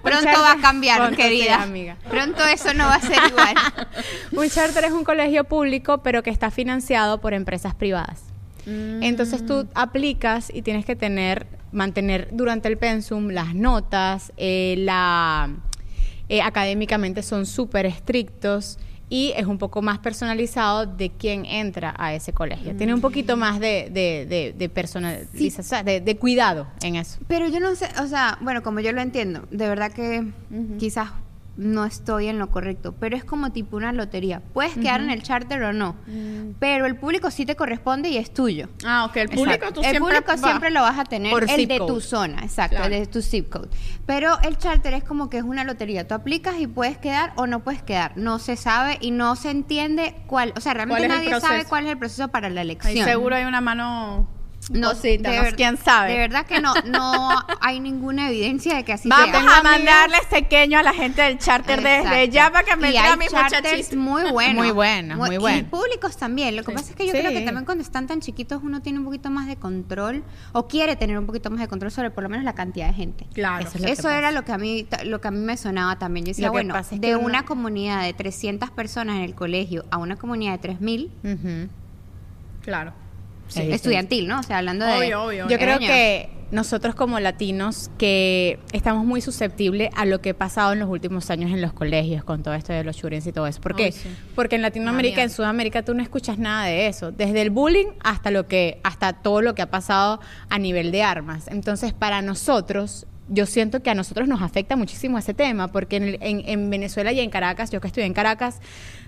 S4: charter-
S5: va a cambiar,
S4: Pronto, sí,
S5: querida.
S4: amiga.
S5: Pronto eso no va a ser igual.
S4: Un charter es un colegio público, pero que está financiado por empresas privadas.
S6: Mm.
S4: Entonces tú aplicas y tienes que tener, mantener durante el pensum las notas, eh, la eh, académicamente son súper estrictos y es un poco más personalizado de quién entra a ese colegio. Tiene
S6: Mm.
S4: un poquito más de, de, de, de personalización, o sea, de, de cuidado en eso.
S5: Pero yo no sé, o sea, bueno, como yo lo entiendo, de verdad que quizás no estoy en lo correcto, pero es como tipo una lotería. Puedes quedar en el charter o no,
S4: Mm.
S5: pero el público sí te corresponde y es tuyo.
S6: Ah, ok. El público
S5: Exacto.
S6: tú
S5: el
S6: siempre
S5: público
S6: vas.
S5: siempre lo vas a tener
S4: Por
S5: el
S4: zip
S5: de
S4: code.
S5: tu zona exacto
S6: Claro.
S5: el de tu zip code pero el charter es como que es una lotería tú aplicas y puedes quedar o no puedes quedar no se sabe y no se entiende cuál o sea
S6: ¿Cuál
S5: realmente
S6: es el
S5: nadie sabe
S6: proceso?
S5: cuál es el proceso para la
S6: Ahí
S5: elección
S6: seguro hay una mano no, cosita,
S5: de
S6: no,
S5: ver-
S6: quién sabe.
S5: de verdad que no no hay ninguna evidencia de que así
S6: Vamos
S5: sea
S6: a mandarle pequeño a la gente del charter desde
S5: Exacto.
S6: ya para que
S5: Y
S6: me diga a
S5: hay
S6: mis
S5: charters
S6: muchachitos.
S5: muy buenos.
S4: Muy buenos, muy
S5: Y
S4: buenos.
S5: públicos también. Lo que pasa es que yo
S4: Sí.
S5: creo que también cuando están tan chiquitos uno tiene un poquito más de control o quiere tener un poquito más de control sobre por lo menos la cantidad de gente.
S6: Claro.
S4: es lo que
S5: Eso era lo que a mí lo que a mí me sonaba también. Yo decía,
S4: Lo que
S5: bueno,
S4: pasa es que
S5: de
S4: uno-
S5: una comunidad de 300 personas en el colegio a una comunidad de 3000
S4: Ujú.
S6: Claro.
S4: Es distinto.
S5: estudiantil, ¿no? O sea, hablando de
S6: Obvio, obvio.
S4: Yo creo
S5: Coño.
S4: que nosotros como latinos que estamos muy susceptibles a lo que ha pasado en los últimos años en los colegios con todo esto de los shootings y todo eso. ¿Por qué? Porque en Latinoamérica,
S5: Mamia.
S4: en Sudamérica tú no escuchas nada de eso, desde el bullying hasta lo que hasta todo lo que ha pasado a nivel de armas. Entonces, para nosotros yo siento que a nosotros nos afecta muchísimo ese tema, porque en, el- en- en Venezuela y en Caracas, yo que estudié en Caracas,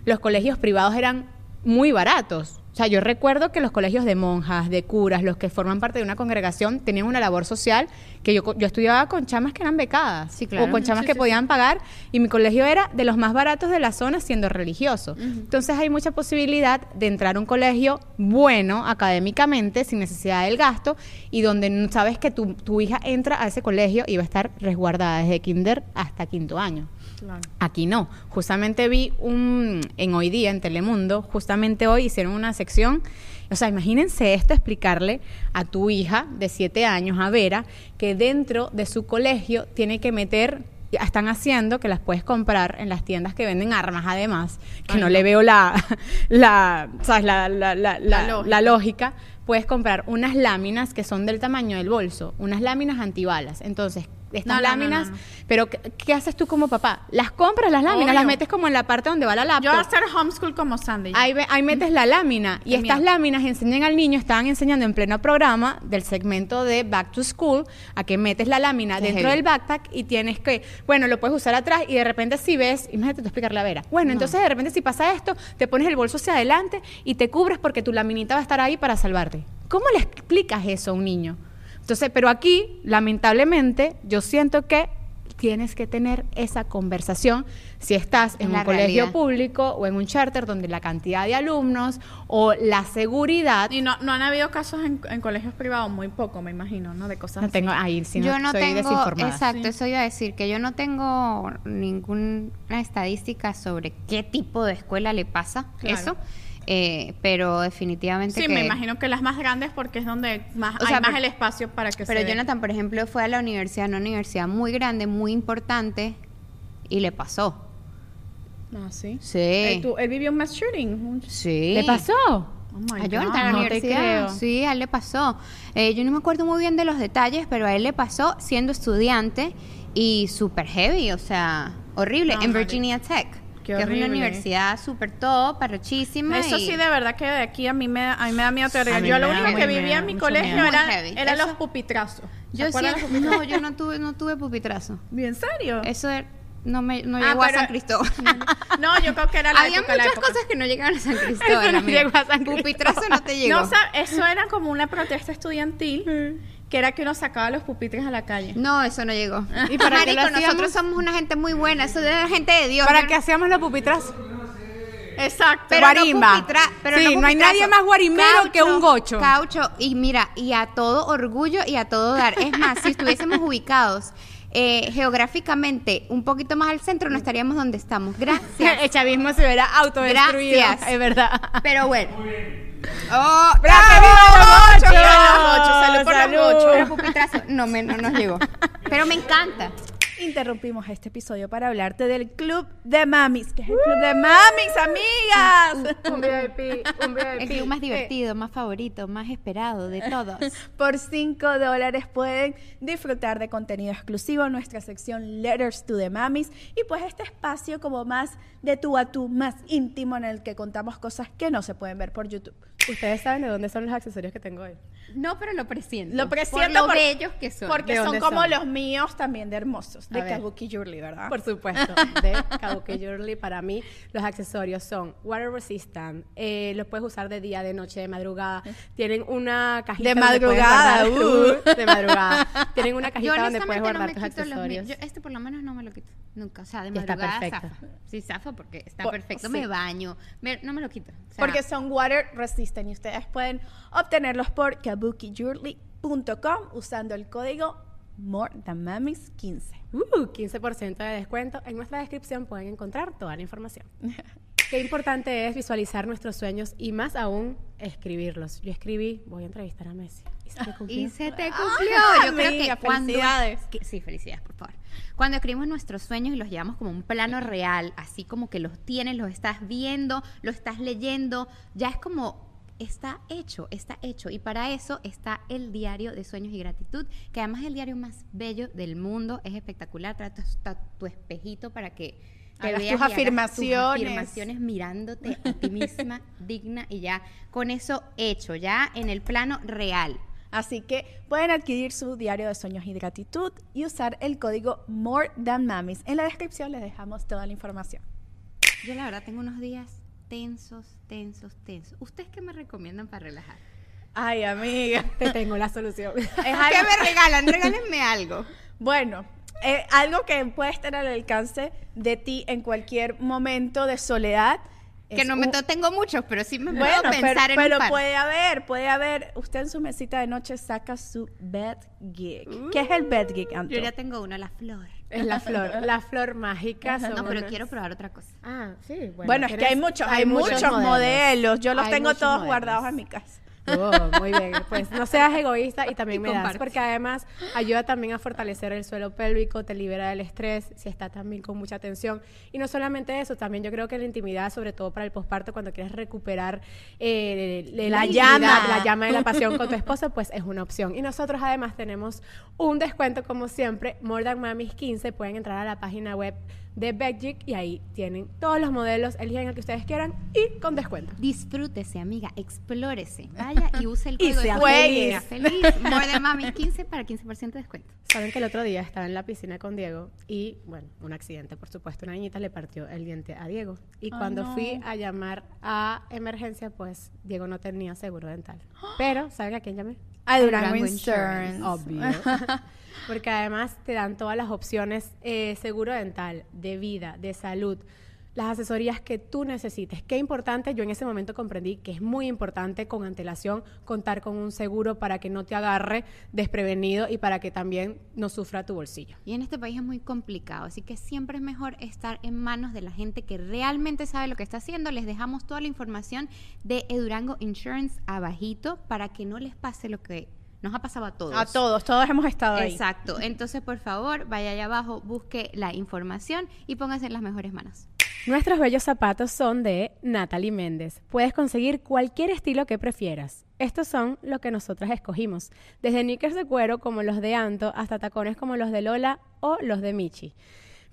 S4: los colegios privados eran muy baratos. O sea, yo recuerdo que los colegios de monjas, de curas, los que forman parte de una congregación, tenían una labor social que yo, co- yo estudiaba con chamas que eran becadas
S5: Sí, claro.
S4: o con chamas que podían pagar y mi colegio era de los más baratos de la zona siendo religioso. Entonces hay mucha posibilidad de entrar a un colegio bueno académicamente, sin necesidad del gasto y donde n- sabes que tu, tu hija entra a ese colegio y va a estar resguardada desde kinder hasta quinto año. Aquí no. Justamente vi un en hoy día en Telemundo, justamente hoy hicieron una sección. O sea, imagínense esto explicarle a tu hija de 7 años, a Vera, que dentro de su colegio tiene que meter están haciendo que las puedes comprar en las tiendas que venden armas además, que no, le veo la la, ¿sabes? la la- la- la- la lógica, puedes comprar unas láminas que son del tamaño del bolso, unas láminas antibalas. Entonces, estas
S6: No, no, no,
S4: láminas
S6: no, no.
S4: pero, ¿qué, qué haces tú como papá? Las compras las láminas,
S6: Obvio.
S4: las metes como en la parte donde va la
S5: Ah,
S4: laptop.
S6: Yo voy a hacer homeschool como Sandy.
S4: Ahí, ve- ahí metes la lámina. Y
S6: Qué
S4: estas
S6: miedo.
S4: láminas enseñan al niño, estaban enseñando en pleno programa del segmento de Back to School, a que metes la lámina
S5: Qué
S4: dentro
S5: heavy.
S4: del backpack y tienes que, bueno, lo puedes usar atrás y de repente si ves, imagínate tú explicarle a Vera. Bueno, entonces de repente si pasa esto, te pones el bolso hacia adelante y te cubres porque tu laminita va a estar ahí para salvarte. ¿Cómo le explicas eso a un niño? O Entonces, pero aquí, lamentablemente, yo siento que tienes que tener esa conversación si estás en
S5: La
S4: un colegio
S5: realidad.
S4: público o en un charter donde la cantidad de alumnos o la seguridad
S6: Y no, no han habido casos en, en colegios privados, muy poco, me imagino, ¿no? De cosas
S4: no
S6: así.
S4: tengo ahí si no,
S5: yo no
S4: soy
S5: tengo,
S4: desinformada.
S5: exacto,
S6: Sí.
S5: eso iba a decir, que yo no tengo ninguna estadística sobre qué tipo de escuela le pasa
S6: Claro.
S5: eso, eh, pero definitivamente
S6: Sí,
S5: que-
S6: me imagino que las más grandes porque es donde más,
S5: O sea,
S6: hay más
S5: por-
S6: el espacio para que
S5: Pero
S6: se dé.
S5: Jonathan, por ejemplo, fue a la universidad, una universidad muy grande, muy importante, y le pasó.
S6: Ah, sí.
S5: Sí.
S6: Él, tu- él vivió un mass shooting. un-
S5: Sí.
S4: ¿Le pasó?
S6: Oh my
S5: a
S6: God.
S5: Jonathan a la
S4: no te
S5: universidad.
S4: creo.
S5: Sí, a él le pasó. Eh, yo no me acuerdo muy bien de los detalles, pero a él le pasó siendo estudiante y súper heavy, o sea, horrible,
S6: No,
S5: en
S6: marica.
S5: Virginia Tech.
S6: Qué
S5: que es una
S6: horrible.
S5: universidad súper top, arrochísima.
S6: Eso
S5: y-
S6: sí, de verdad que de aquí a mí me, a mí me da miedo. te digo,
S4: A mí
S6: Yo
S4: me
S6: lo
S4: da
S6: único que
S4: muy
S6: vivía en
S4: miedo,
S6: mi
S4: mucho
S6: colegio
S5: miedo.
S6: era,
S5: Muy heavy.
S6: era
S5: Eso-
S6: los pupitrazos. ¿Se
S5: Yo
S6: acuerdan
S5: sí-
S6: los
S5: no, yo no tuve, no tuve pupitrazo.
S6: pupi- ¿En serio?
S5: Eso era- no me no
S6: Ah,
S5: llegó a
S6: pero-
S5: San Cristóbal.
S6: No, yo creo que era la
S5: Había
S6: época, la
S5: muchas
S6: época.
S5: cosas que no llegaban a San Cristóbal.
S4: no
S5: amiga.
S4: llegó a San Cristóbal.
S5: Pupitrazo no te llegó.
S6: No, o sea, eso era como una protesta estudiantil que era que uno sacaba los pupitres a la calle.
S5: No, eso no llegó.
S4: ¿Y para qué lo
S5: Marico,
S4: hacíamos?
S5: nosotros somos una gente muy buena, eso de la gente de Dios.
S2: ¿Para
S5: yo
S2: qué hacíamos los pupitrazos?
S6: Exacto.
S5: Pero
S2: Guarimba.
S5: no pupitra- pero
S2: Sí, no hay
S5: pupitrazo.
S2: nadie más guarimero que un gocho.
S5: Caucho, y mira, y a todo orgullo y a todo dar. Es más, si estuviésemos ubicados eh, geográficamente un poquito más al centro, no estaríamos donde estamos. Gracias.
S2: El chavismo se verá autodestruido.
S5: Gracias.
S2: Es verdad.
S5: Pero bueno. ¡Oh!
S2: ¡Bravo!
S5: ¡Bravo,
S2: ¡Gocho!
S5: ¡Salud por los
S2: ¡Salud!
S5: gochos! Pero pupitrazo, no, me, no nos llegó. Pero me encanta.
S3: Interrumpimos este episodio para hablarte del Club de Mamis, que es el Club de Mamis, amigas.
S4: Un VIP, un
S5: El club
S6: Eh,
S5: más divertido, más favorito, más esperado de todos.
S3: Por 5 dólares pueden disfrutar de contenido exclusivo, nuestra sección Letters to the Mamis y pues este espacio como más de tú a tú, más íntimo en el que contamos cosas que no se pueden ver por YouTube.
S2: Ustedes saben de dónde son los accesorios que tengo hoy.
S5: No, pero lo presiento.
S6: Lo
S5: Por
S6: presiento
S5: lo
S6: por-
S5: bellos que son.
S6: Porque
S2: ¿De
S6: son
S2: dónde
S6: como
S2: son?
S6: los míos también de hermosos, de
S2: A ver.
S6: Kabuki Jewelry, ¿verdad?
S2: Por supuesto, de Kabuki Jewelry. Para mí, los accesorios son water resistant, eh, los puedes usar de día, de noche, de madrugada. Tienen una cajita
S6: De
S2: donde puedes
S6: madrugada,
S2: guardar- de madrugada. Tienen una
S5: uh. Yo
S2: cajita donde
S5: honestamente no
S2: puedes guardar
S5: me
S2: tus
S5: quito los míos.
S2: accesorios.
S5: Yo este por lo menos no me lo quito. Nunca. O sea, de
S2: Y está
S5: madrugada
S2: perfecto.
S5: zafa. Sí, zafa porque está
S6: Por-
S5: perfecto.
S6: sí.
S5: Me baño. me- no me lo quito. O sea,
S2: Ah.
S6: Porque son water resistant y ustedes pueden
S3: Obtenerlos por kabukijewelry.com usando el código MoreThanMamis15.
S2: Uh, 15% de descuento. En nuestra descripción pueden encontrar toda la información. Qué importante es visualizar nuestros sueños y más aún escribirlos. Yo escribí, voy a entrevistar a Messi. Y se me cumplió.
S5: Y se te cumplió. Yo creo que
S6: amiga,
S5: cuando.
S6: felicidades.
S5: que- sí, felicidades, por favor. Cuando escribimos nuestros sueños y los llevamos como a un plano real, así como que los tienes, los estás viendo, lo estás leyendo, ya es como. Está hecho, está hecho. Y para eso está el diario de sueños y gratitud, que además es el diario más bello del mundo. Es espectacular. Trae tu, ta- tu espejito para que te
S6: Hagas
S5: veas
S6: tus
S5: y
S6: afirmaciones.
S5: afirmaciones mirándote a ti misma, digna y ya con eso hecho, ya en el plano real.
S3: Así que pueden adquirir su diario de sueños y gratitud y usar el código MoreThanMamis. En la descripción les dejamos toda la información.
S5: Yo la verdad tengo unos días tensos, tensos, tensos. ¿Ustedes qué me recomiendan para relajar?
S6: Ay, amiga.
S2: Te tengo la solución.
S6: Es algo-
S5: me regalan? Regálenme algo.
S6: bueno, eh, algo que puede estar al alcance de ti en cualquier momento de soledad.
S5: Que
S6: es
S5: no me
S6: un-
S5: no tengo muchos, pero sí me
S6: Bueno,
S5: puedo
S6: pero,
S5: pensar en
S6: pero
S5: un par.
S6: puede haber, puede haber. Usted en su mesita de noche saca su bed gig. ¿Qué es el bed gig, Anto?
S5: Yo ya tengo uno, la flor.
S2: Es la flor, la flor mágica.
S5: No,
S2: son
S5: pero
S2: unas-
S5: quiero probar otra cosa.
S2: Ah, sí, bueno.
S6: Bueno, es que hay
S2: ¿quieres?
S6: muchos, hay, muchos modelos. Yo los
S2: Hay
S6: tengo
S2: muchos
S6: todos
S2: modelos.
S6: guardados en mi casa.
S2: Oh, muy bien, pues no seas egoísta y
S5: Y
S2: también me das,
S5: comparte.
S2: porque además ayuda también a fortalecer el suelo pélvico, te libera del estrés, si está también con mucha tensión. Y no solamente eso, también yo creo que la intimidad, sobre todo para el posparto, cuando quieres recuperar eh, de-
S5: La
S2: la, llama,
S5: intimidad.
S2: la llama de la pasión con tu esposo, pues es una opción. Y nosotros además tenemos un descuento, como siempre, More Than Mamis 15, pueden entrar a la página web de Bedgic y ahí tienen todos los modelos, eligen el que ustedes quieran y con descuento.
S5: Disfrútese, amiga, explórese. Vaya y use el
S2: Y
S5: código de
S2: sea
S5: Juegue.
S2: feliz.
S5: feliz. More than mami 15 para 15% de descuento.
S2: Saben que el otro día estaba en la piscina con Diego y, bueno, un accidente, por supuesto, una niñita le partió el diente a Diego. Y cuando fui a llamar a emergencia, pues Diego no tenía seguro dental. Pero, ¿saben a quién llamé?
S3: A Durango
S5: Durango
S3: Insurance.
S2: Obvio. Porque además te dan todas las opciones eh, seguro dental, de vida, de salud, las asesorías que tú necesites. Qué importante, yo en ese momento comprendí que es muy importante con antelación contar con un seguro para que no te agarre desprevenido y para que también no sufra tu bolsillo.
S5: Y en este país es muy complicado, así que siempre es mejor estar en manos de la gente que realmente sabe lo que está haciendo. Les dejamos toda la información de Edurango Insurance abajito para que no les pase lo que nos ha pasado a todos.
S6: A todos, todos hemos estado ahí.
S5: Exacto. Entonces, por favor, vaya allá abajo, busque la información y póngase en las mejores manos.
S2: Nuestros bellos zapatos son de Natalie Méndez. Puedes conseguir cualquier estilo que prefieras. Estos son los que nosotras escogimos, desde knickers de cuero como los de Anto hasta tacones como los de Lola o los de Michi.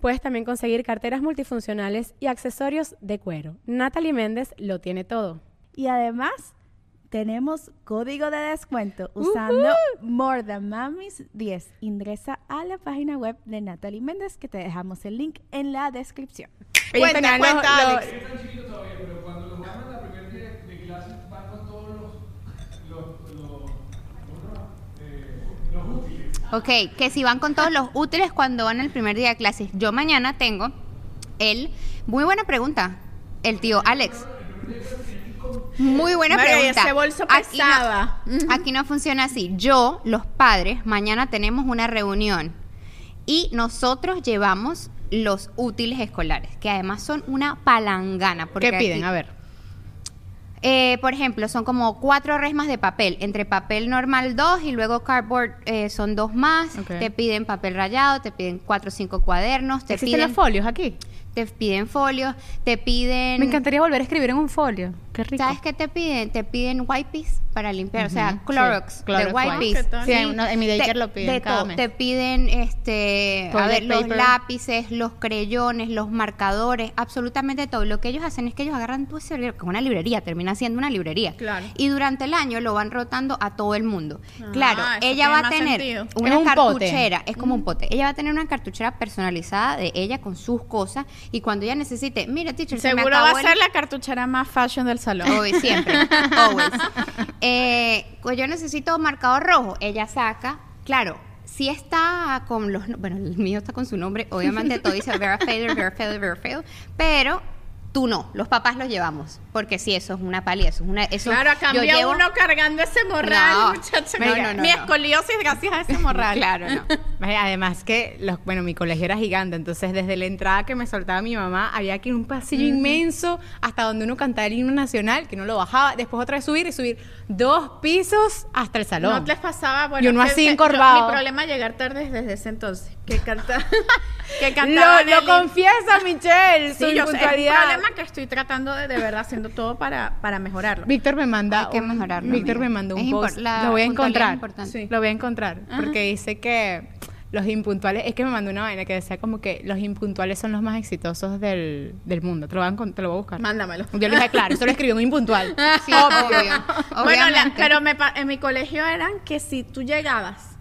S2: Puedes también conseguir carteras multifuncionales y accesorios de cuero. Natalie Méndez lo tiene todo.
S3: Y además tenemos código de descuento usando More Than Mamis 10. Ingresa a la página web de Natalie Méndez que te dejamos el link en la descripción.
S4: Ellos
S6: Cuenta,
S4: tenían los-
S6: cuenta,
S4: los-
S6: Alex.
S7: están chiquitos todavía, pero cuando los mandan la primera día de clase van con todos los, los, los, ¿cómo se llama? Eh, los útiles.
S5: Ok, que si van con todos los útiles cuando van al primer día de clases. Yo mañana tengo el... Muy buena pregunta, el tío Alex. Muy buena
S6: Mario, y
S5: pregunta.
S6: ese bolso
S5: Aquí no-
S6: pesaba.
S5: Ujú. aquí no funciona así. Yo, los padres, mañana tenemos una reunión y nosotros llevamos los útiles escolares, que además son una palangana. Porque
S4: ¿Qué piden?
S5: aquí-
S4: A ver.
S5: eh, por ejemplo, son como cuatro resmas de papel. Entre papel normal dos y luego cardboard eh, son dos más.
S4: Ok.
S5: Te piden papel rayado, te piden cuatro o cinco cuadernos, te
S4: ¿Existen
S5: piden,
S4: los folios aquí?
S5: te piden folios, te piden...
S4: Me encantaría volver a escribir en un folio. Qué rico.
S5: ¿Sabes qué te piden? Te piden wipes para limpiar, o sea, Clorox,
S4: sí,
S5: de
S4: Clorox
S5: wipes.
S4: wipes. Sí, en uno- en mi daycare lo piden
S5: de
S4: cada
S5: todo.
S4: mes.
S5: Te piden este, a
S4: Toilet
S5: ver, los
S4: paper.
S5: lápices, los creyones, los marcadores, absolutamente todo. Lo que ellos hacen es que ellos agarran tu ese que es una librería, termina siendo una librería.
S6: Claro.
S5: Y durante el año lo van rotando a todo el mundo.
S6: Ah,
S5: claro,
S6: eso
S5: ella
S6: tiene
S5: va a
S6: más
S5: tener
S6: sentido.
S5: una
S4: Es un pote.
S5: cartuchera, es como un
S6: Mm.
S5: pote. Ella va a tener una cartuchera personalizada de ella con sus cosas y cuando ella necesite, mira, teacher, se me
S6: Seguro va a
S5: acabó el
S6: ser la cartuchera más fashion del salón.
S5: Always, siempre. Always. Eh, pues yo necesito marcador rojo. Ella saca, claro, si está con los. no- Bueno, el mío está con su nombre, obviamente todo dice Vera Fader, Vera Fader, Vera Fader, pero. Tú no, los papás los llevamos, porque si eso es una palia, eso es una... Eso,
S6: Claro, a
S5: yo
S6: cambio
S5: llevo-
S6: uno cargando ese morral,
S5: No,
S6: muchacha.
S5: no, no, no,
S6: Mi
S5: no.
S6: escoliosis gracias a ese morral.
S5: Claro, no.
S4: Vaya, Además que, los, bueno, mi colegio era gigante, entonces desde la entrada que me soltaba mi mamá, había que ir un pasillo inmenso hasta donde uno cantaba el himno nacional, que uno lo bajaba, después otra vez subir y subir dos pisos hasta el salón.
S6: No les pasaba, bueno,
S4: Y uno
S6: que-
S4: así
S6: que- yo-
S4: encorvado.
S6: Mi problema es llegar tarde es desde ese entonces. Que canta, que
S4: lo
S6: cantaba.
S4: lo confiesa, Michelle, su
S6: Sí, yo sé, es un
S4: impuntualidad.
S6: problema que estoy tratando de, de verdad haciendo todo para, para mejorarlo.
S4: Víctor me manda
S5: Hay que
S4: un-
S5: mejorarlo,
S4: Víctor
S5: amiga.
S4: me mandó
S5: Es
S4: un
S5: impor-
S4: post.
S5: la
S4: Lo voy a
S5: puntualidad es
S4: encontrar.
S5: importante.
S4: Sí. Lo voy a encontrar porque dice que los impuntuales, es que me mandó una vaina que decía como que los impuntuales son los más exitosos del, del mundo. Te lo, voy a encon- te lo voy a buscar.
S6: Mándamelo.
S4: Yo le dije, claro, eso lo escribió un impuntual.
S5: Sí, obvio.
S6: Bueno, la-
S5: obviamente.
S6: pero me pa- en mi colegio eran que si tú llegabas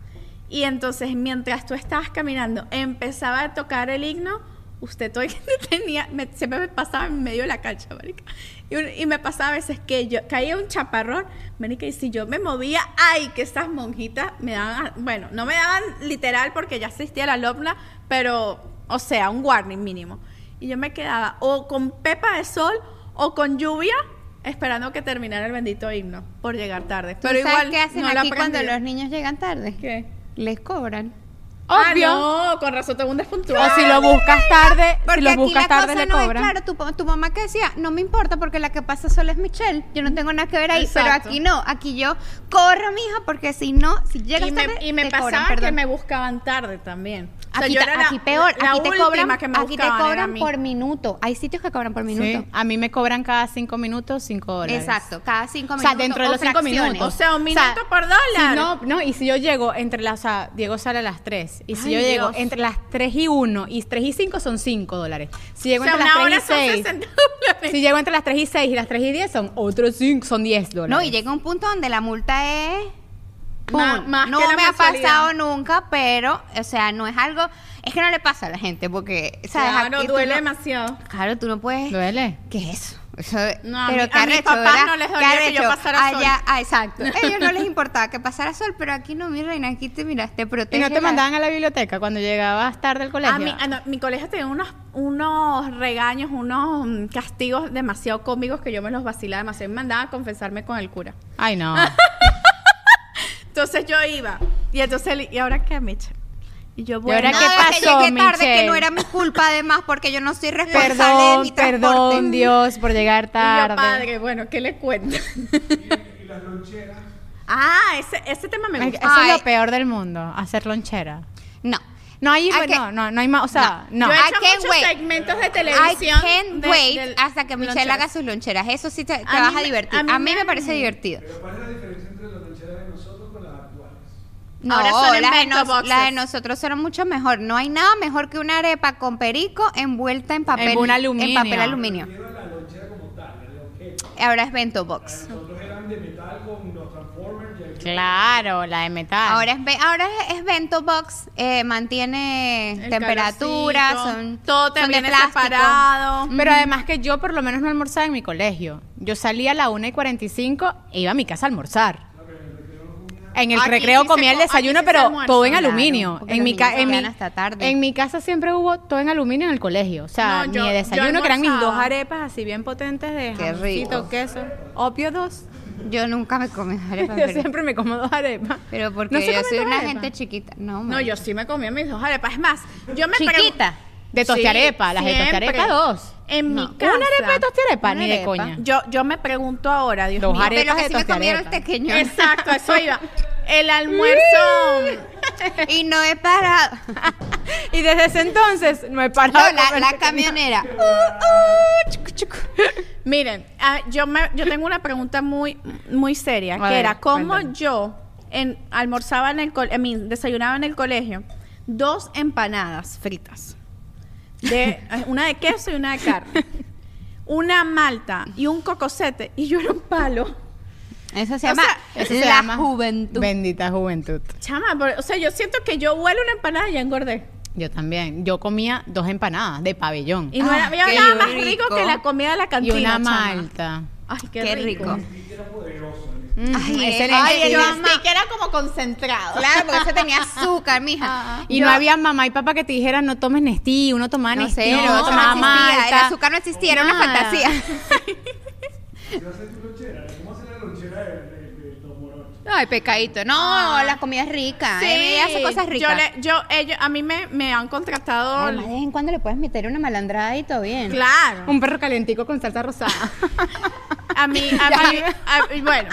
S6: y entonces mientras tú estabas caminando empezaba a tocar el himno, usted todavía tenía, me- siempre me pasaba en medio de la cancha, marica. Y, un- y me pasaba a veces que yo caía un chaparrón, marica, y si yo me movía, ay, que esas monjitas me daban, bueno, no me daban literal porque ya asistía a la alumna, pero, o sea, un warning mínimo. Y yo me quedaba o con pepa de sol o con lluvia esperando que terminara el bendito himno por llegar tarde.
S5: ¿Tú
S6: Pero
S5: sabes
S6: igual
S5: qué hacen
S6: no lo
S5: aquí cuando
S6: aprendí.
S5: los niños llegan tarde?
S6: ¿Qué?
S5: Les cobran.
S4: Obvio.
S6: Ah, no, con razón todo un
S4: O
S6: despuntual.
S2: Ah,
S4: si lo buscas tarde, si
S5: Porque
S4: lo
S5: aquí
S4: buscas
S5: la
S4: tarde
S5: cosa
S4: le
S5: no es,
S4: cobran.
S5: claro, tu, pa- tu mamá que decía, no me importa porque la que pasa solo es Michelle, yo no tengo nada que ver ahí,
S6: Exacto.
S5: pero aquí no, aquí yo corro, mija, porque si no, si llegas
S6: y me,
S5: tarde,
S6: y me
S5: te
S6: pasaba
S5: cobran,
S6: que
S5: perdón.
S6: me buscaban tarde también. O sea,
S5: Aquí,
S6: yo
S5: ta-
S6: era la-
S5: aquí peor,
S6: la
S5: aquí te
S6: última
S5: cobran,
S6: que me
S5: aquí te
S6: buscaban, era a
S5: cobran
S6: mí.
S5: por minuto. Hay sitios que cobran por minuto.
S4: Sí, a mí me cobran cada cinco minutos cinco dólares.
S5: Exacto, cada cinco
S4: O sea,
S5: minutos.
S4: dentro de los cinco
S5: fracciones.
S4: minutos.
S6: O sea, un minuto por dólar.
S4: si no, no, y si yo llego entre las. O sea, Diego sale a las 3. Y si
S6: Ay,
S4: yo llego
S6: Dios.
S4: entre las 3 y 1 y 3 y 5 son 5 dólares. Si
S6: O
S4: llego
S6: sea,
S4: entre
S6: una hora
S4: las
S6: son
S4: 3 y
S6: 60
S4: 6.
S6: dólares.
S4: Si llego entre las 3 y 6 y las 3 y 10 son otros 5, son 10 dólares.
S5: No, y llega un punto donde la multa es... pum.
S6: Ma- más
S5: no
S6: que la
S5: me ha
S6: mensualidad.
S5: pasado nunca, pero, o sea, no es algo... Es que no le pasa a la gente porque, ¿sabes?
S6: Claro,
S5: Aquí tú
S6: duele
S5: no-
S6: demasiado.
S5: Claro, tú no puedes...
S4: ¿Duele?
S5: ¿Qué es eso? Eso-
S6: No, a
S5: pero
S6: mí-
S5: qué
S6: a mis
S5: arrecho,
S6: papás
S5: ¿verdad?
S6: no les
S5: Qué
S6: dolía que yo
S5: arrecho.
S6: pasara sol.
S5: Allá- ah, exacto. A ellos no les importaba que pasara sol, pero aquí no, mi reina, aquí te miras, te
S4: ¿Y
S5: protege.
S4: no te
S5: la-
S4: mandaban a la biblioteca cuando llegabas tarde al colegio?
S6: A mí- a no, mi colegio tenía unos, unos regaños, unos mm, castigos demasiado cómicos que yo me los vacilaba demasiado. Me mandaba a confesarme con el cura.
S4: Ay, no.
S6: Entonces yo iba. Y entonces, él, ¿y ahora qué, Micha? Y yo,
S4: ¿Y ahora
S6: bueno,
S5: No,
S4: qué
S5: es que
S4: pasó,
S5: llegué tarde, que
S4: Michelle?
S5: no era mi culpa además, porque yo no soy responsable de mi
S2: Perdón,
S5: transporte.
S2: perdón, Dios, por llegar
S6: y yo,
S2: tarde.
S6: padre, bueno, ¿qué le cuento?
S7: Y las loncheras.
S6: ah, ese, ese tema me
S4: Ay,
S6: gusta.
S4: Eso es
S5: Ay.
S4: lo peor del mundo, hacer lonchera.
S5: No.
S4: No hay,
S5: Hay que-
S4: no, no, no hay más, o sea, Ah, no.
S6: yo he
S5: I
S6: hecho
S5: can't
S6: muchos
S5: wait.
S6: segmentos de
S5: I
S6: televisión.
S5: can't
S6: de-
S5: wait
S6: del-
S5: hasta que Michelle haga sus loncheras. Eso sí te, te
S6: A
S5: vas
S6: mí
S5: a
S6: me-
S5: divertir.
S6: a
S5: A
S6: mí
S5: mí,
S6: me- mm.
S5: me parece divertido.
S7: Pero ¿cuál es la diferencia entre las loncheras de nosotros con las actuales?
S5: No,
S6: Ahora son
S5: las de,
S6: invento
S5: nos-
S6: boxes.
S5: las de nosotros son mucho mejor. No hay nada mejor que una arepa con perico envuelta en papel,
S4: En un aluminio.
S5: en papel aluminio. Ahora es bento box.
S7: Nosotros eran de metal con los Transformers y el
S4: Claro, la de
S7: Ah,
S4: metal.
S5: Ahora es be- ahora es, es bento box. eh, mantiene
S6: el
S5: temperatura,
S6: calorcito,
S5: son
S6: todo
S5: son de
S6: también es
S5: plástico. Ah.
S6: separado.
S4: Pero además que yo por lo menos no almorzaba en mi colegio. Yo salía a la 1 y 45 e iba a mi casa a almorzar. En el
S6: Aquí
S4: recreo
S6: sí se
S4: comía el
S6: co- aquí
S4: desayuno,
S6: sí se
S4: pero
S6: almuerza.
S4: todo en
S5: Claro,
S4: aluminio.
S5: porque
S4: En
S5: los
S4: mi, ca-
S5: niños se
S4: en, mi,
S5: quedan hasta tarde.
S4: en mi casa siempre hubo todo en aluminio en el colegio. O sea,
S6: No,
S4: mi
S6: yo- yo
S4: desayuno, que eran mis dos
S6: almorzaba.
S4: arepas así bien potentes de
S5: Qué
S4: jamoncito,
S5: rico.
S4: queso. Opio dos.
S5: Yo nunca me comí arepas.
S4: Yo
S5: pero-
S4: siempre me como dos arepas.
S5: Pero porque
S4: ¿No se
S5: yo
S4: comen
S5: soy
S4: dos
S5: una
S4: arepas?
S5: gente chiquita. No,
S6: No, yo sí me comía mis dos arepas. Es más, yo me pregun-
S4: Chiquita. De tostiarepa, las de
S6: siempre.
S4: tostiarepa dos.
S6: En mi
S5: No.
S6: casa.
S4: Una arepa de tostiarepa,
S5: Una
S4: ni de
S5: arepa.
S4: coña.
S6: Yo, yo me pregunto ahora, Dios
S4: Dos
S6: mío.
S4: arepas.
S5: Pero
S4: de
S5: que sí me comieron el
S4: tostiarepa.
S5: tequeño.
S6: Exacto, eso iba. El almuerzo.
S5: Y no he parado.
S4: Y desde ese entonces no he parado.
S5: No,
S4: de
S5: la,
S4: comer
S5: la
S4: tequeño.
S5: camionera.
S6: Miren, ah, yo, me, yo tengo una pregunta muy, muy seria,
S4: A
S6: que
S4: ver,
S6: era cómo
S4: cuéntame.
S6: yo en, almorzaba en el colegio, desayunaba en el colegio, dos empanadas fritas. De, eh, una de queso y una de carne. Una malta y un cocosete. Y yo era un palo.
S5: Eso se
S6: O
S5: llama
S6: sea,
S4: Eso se
S5: la
S4: llama
S5: juventud.
S4: Bendita juventud.
S6: Chama, pero, o sea, yo siento que yo huelo una empanada y ya engordé.
S4: Yo también. Yo comía dos empanadas de pabellón.
S6: Y no
S5: Ah,
S6: era, había
S5: qué
S6: nada más rico.
S5: rico.
S6: que la comida de la
S4: Y
S6: cantina.
S4: una
S6: chama.
S4: malta.
S6: Ay, qué,
S5: Qué
S6: rico.
S5: rico.
S4: Mm,
S5: Ay,
S4: ese
S5: eh,
S4: era-
S5: ay,
S4: y-
S5: yo-
S6: Este, que era como concentrado.
S5: Claro, porque eso tenía azúcar, mija.
S4: y no había mamá y papá que te dijeran no tomes Nestí, uno tomaba
S5: No
S4: Nestí,
S5: sé, no,
S4: uno
S5: eso
S4: tomaba
S5: no existía. El
S4: malta.
S5: azúcar no existía, era una
S4: Nada.
S5: fantasía.
S7: Yo hacía tu lonchera. ¿Cómo hacía la lonchera de, de, de los morochos?
S5: Ay, pecadito. No, la comida es rica.
S6: Sí,
S5: Ella hace cosas ricas.
S6: Yo, le- yo- ellos, a mí me, me han contratado.
S5: Ay, de vez en cuando le puedes meter una malandrada y todo bien.
S6: claro.
S4: Un perro calentico con salsa rosada.
S6: A mí, a mí, a mí- bueno.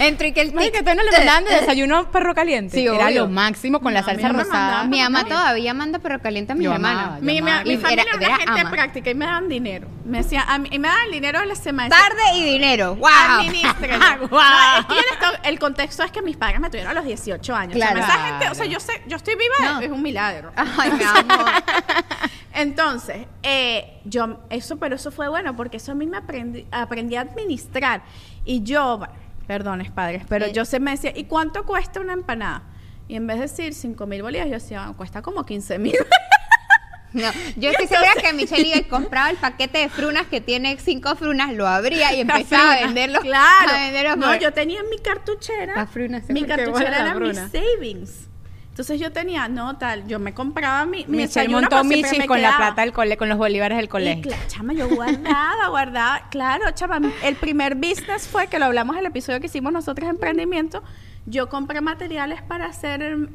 S5: Entre que el
S4: Ay, que
S5: tic-
S4: tú no le mandaban de desayuno perro caliente.
S5: Sí,
S4: era
S5: obvio.
S4: lo máximo con la
S6: No, a mí
S4: salsa
S6: no me
S4: rosada.
S6: mandaban.
S5: Mi ama todavía manda pero caliente a mis
S4: Yo
S5: hermanos.
S4: amaba, yo
S6: Mi, mi-
S4: amaba.
S6: mi familia
S5: Era-
S6: era una
S5: era
S6: gente
S5: ama.
S6: práctica y me daban dinero. Me decían, a mí- y me daban dinero a la semana.
S5: Tarde y
S6: Ah,
S5: dinero. ¡Wow! Ah,
S6: Administren.
S4: Wow.
S6: No, es que yo les tengo- el contexto es que mis padres me tuvieron a los 18 años. O sea,
S5: Claro.
S6: esa gente, o sea, yo sé, yo estoy viva,
S5: No.
S6: es un milagro.
S5: Ay, mi amor.
S6: Entonces, eh, yo, eso, pero eso fue bueno, porque eso a mí me aprendí, aprendí a administrar. Y yo, bueno, perdones, padres, pero
S5: Eh.
S6: yo se me decía, ¿y cuánto cuesta una empanada? Y en vez de decir 5 mil bolívares, yo decía, "Ah, cuesta como 15 mil.
S5: No, yo estoy segura que Michelle iba y compraba el paquete de frunas que tiene cinco frunas, lo abría y empezaba a venderlos.
S6: Claro.
S5: A venderlos
S6: no,
S5: por-
S6: yo tenía mi cartuchera.
S5: La fruna, sí,
S6: mi
S5: porque
S4: bola
S6: cartuchera
S4: la
S6: era mis
S4: fruna.
S6: savings. Entonces yo tenía, no, tal, yo me compraba mi, mi
S4: Michelle
S6: desayuno,
S4: montó
S6: pero siempre
S4: Michi
S6: me
S4: con la
S6: quedaba.
S4: plata del cole, con los bolívares del
S6: Y
S4: colegio.
S6: cla- chama, yo guardaba, guardaba. Claro, chama, el primer business fue que lo hablamos en el episodio que hicimos nosotros emprendimiento. Yo compré materiales para hacer mm,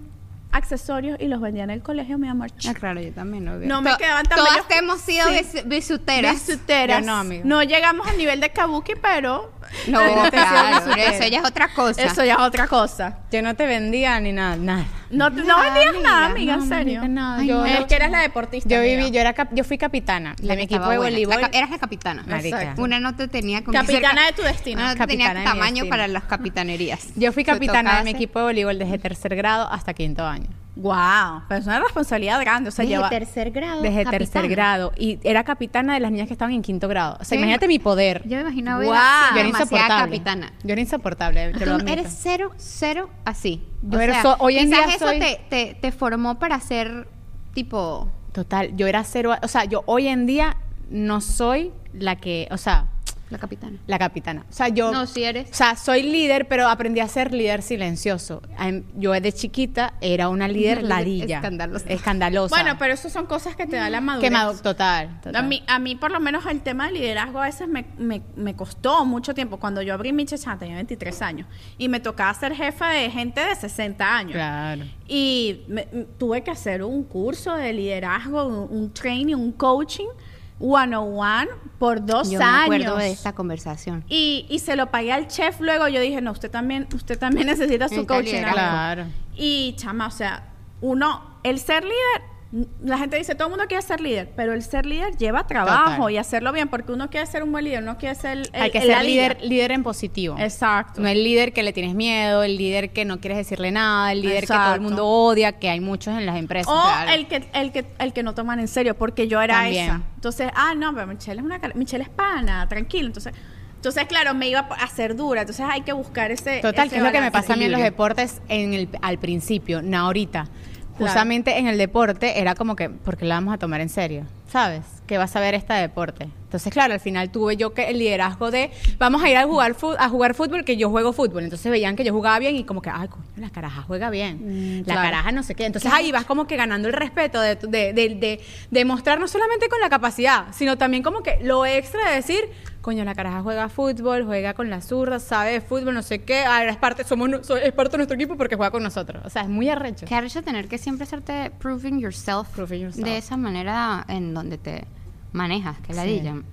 S6: accesorios y los vendía en el colegio, mi amor.
S5: Ah, claro, yo también lo veo.
S6: No me
S5: To-
S6: quedaban tan
S5: Todas
S6: bellos-
S5: hemos sido
S6: Sí.
S5: bis- bisuteras.
S6: Bisuteras.
S4: Yo no, amigo.
S6: No llegamos al nivel de kabuki, pero
S5: No, claro, pero eso ya es otra cosa.
S6: eso ya es otra cosa.
S4: Yo no te vendía ni nada, nada.
S6: No, no,
S5: Nada,
S6: vendías nada, amiga,
S5: amiga,
S6: en
S5: no,
S6: serio.
S4: Ah, marica, nada.
S5: Ay,
S4: yo,
S5: no.
S6: es que eras la deportista.
S4: yo
S6: amiga.
S4: viví, yo era cap- yo fui capitana
S5: La
S4: de mi
S5: que
S4: equipo
S5: estaba
S4: de
S5: buena.
S4: voleibol.
S5: La ca- eras la capitana.
S4: Marica.
S5: Exacto. Una no te tenía como
S6: Capitana de tu destino.
S5: Una no te tenía
S4: Capitana de mi
S5: tamaño
S4: destino.
S5: para las capitanerías.
S4: Yo fui
S5: Te
S4: capitana de
S5: tocaba
S4: mi
S5: ser-
S4: equipo de voleibol desde tercer grado hasta quinto año.
S6: Wow, pero es una responsabilidad grande. O sea,
S5: Desde
S6: lleva-
S5: tercer grado.
S4: Desde
S5: Oh, capitana.
S4: tercer grado. Y era capitana de las niñas que estaban en quinto grado. O sea,
S5: Yo me
S4: imagínate
S5: ima-
S4: mi poder.
S5: Yo me imaginaba
S6: Wow.
S4: Yo
S5: era
S4: era
S5: demasiada
S4: insoportable.
S5: capitana.
S4: Yo era insoportable, te
S5: Tú
S4: lo admito.
S5: eres cero, cero así.
S4: Yo era so- hoy en
S5: quizás
S4: día
S5: eso
S4: soy-
S5: te, te, te formó para ser tipo.
S4: Total, yo era cero. a- O sea, yo hoy en día no soy la que, o sea,
S5: La capitana.
S4: la capitana. O sea, yo.
S5: No, sí eres.
S4: O sea, soy líder, pero aprendí a ser líder silencioso. Em, Yo de chiquita era una líder
S5: Una líder
S4: ladilla.
S5: escandalosa.
S4: Escandalosa.
S6: Bueno, pero eso son cosas que te da la madurez.
S4: Quemado, total. total.
S6: A mí, a mí, por lo menos, el tema del liderazgo a veces me, me- me costó mucho tiempo. Cuando yo abrí mi chachán tenía 23 años y me tocaba ser jefa de gente de 60 años.
S4: Claro.
S6: Ah, Y me- m- tuve que hacer un curso de liderazgo, un, un training, un coaching one por dos
S5: Yo
S6: años.
S5: me acuerdo de esta conversación.
S6: y, y se lo pagué al chef luego. Yo dije, no, usted también, usted también necesita su
S5: Necesita
S6: coaching.
S5: liderazgo.
S6: amigo".
S4: Claro.
S6: Y chama, o sea, uno, el ser líder, n- la gente dice, todo el mundo quiere ser líder, pero el ser líder lleva trabajo
S4: Total.
S6: y hacerlo bien, porque uno quiere ser un buen líder, uno quiere ser el,
S4: Hay que
S6: el- la
S4: ser
S6: liga.
S4: líder, líder en positivo.
S6: Exacto.
S4: No el líder que le tienes miedo, el líder que no quieres decirle nada, el líder que todo el
S6: Exacto.
S4: mundo odia, que hay muchos en las empresas.
S6: o
S4: Claro.
S6: el, que, el, que, el que no toman en serio, porque yo era
S4: También.
S6: esa. Entonces, ah, no, pero Michelle es una cara- Michelle es pana, tranquilo. Entonces, entonces claro, me iba a hacer dura. Entonces hay que buscar ese.
S4: Total,
S6: ese
S4: que es lo que me
S6: balance.
S4: pasa a mí en los
S5: equilibrio.
S4: deportes en el, al principio, no ahorita.
S6: Claro.
S4: Justamente en el deporte era como que, ¿por qué la vamos a tomar en serio? ¿Sabes? ¿Qué vas a ver este deporte? Entonces, claro, al final tuve yo que el liderazgo de, vamos a ir a jugar, fu- a jugar fútbol, que yo juego fútbol. Entonces veían que yo jugaba bien y como que, ay, coño, la caraja juega bien. la
S6: Mm, claro.
S4: caraja no sé qué. Entonces ahí vas como que ganando el respeto de, de, de- de- de mostrar no solamente con la capacidad, sino también como que lo extra de decir, coño, la caraja juega fútbol, juega con la zurda, sabe de fútbol, no sé qué, ah, es parte, somos, nu- so- es parte de nuestro equipo porque juega con nosotros. O sea, es muy arrecho.
S5: Que arrecho tener que siempre hacerte proving yourself,
S4: Proving yourself.
S5: de esa manera en donde te manejas, que la O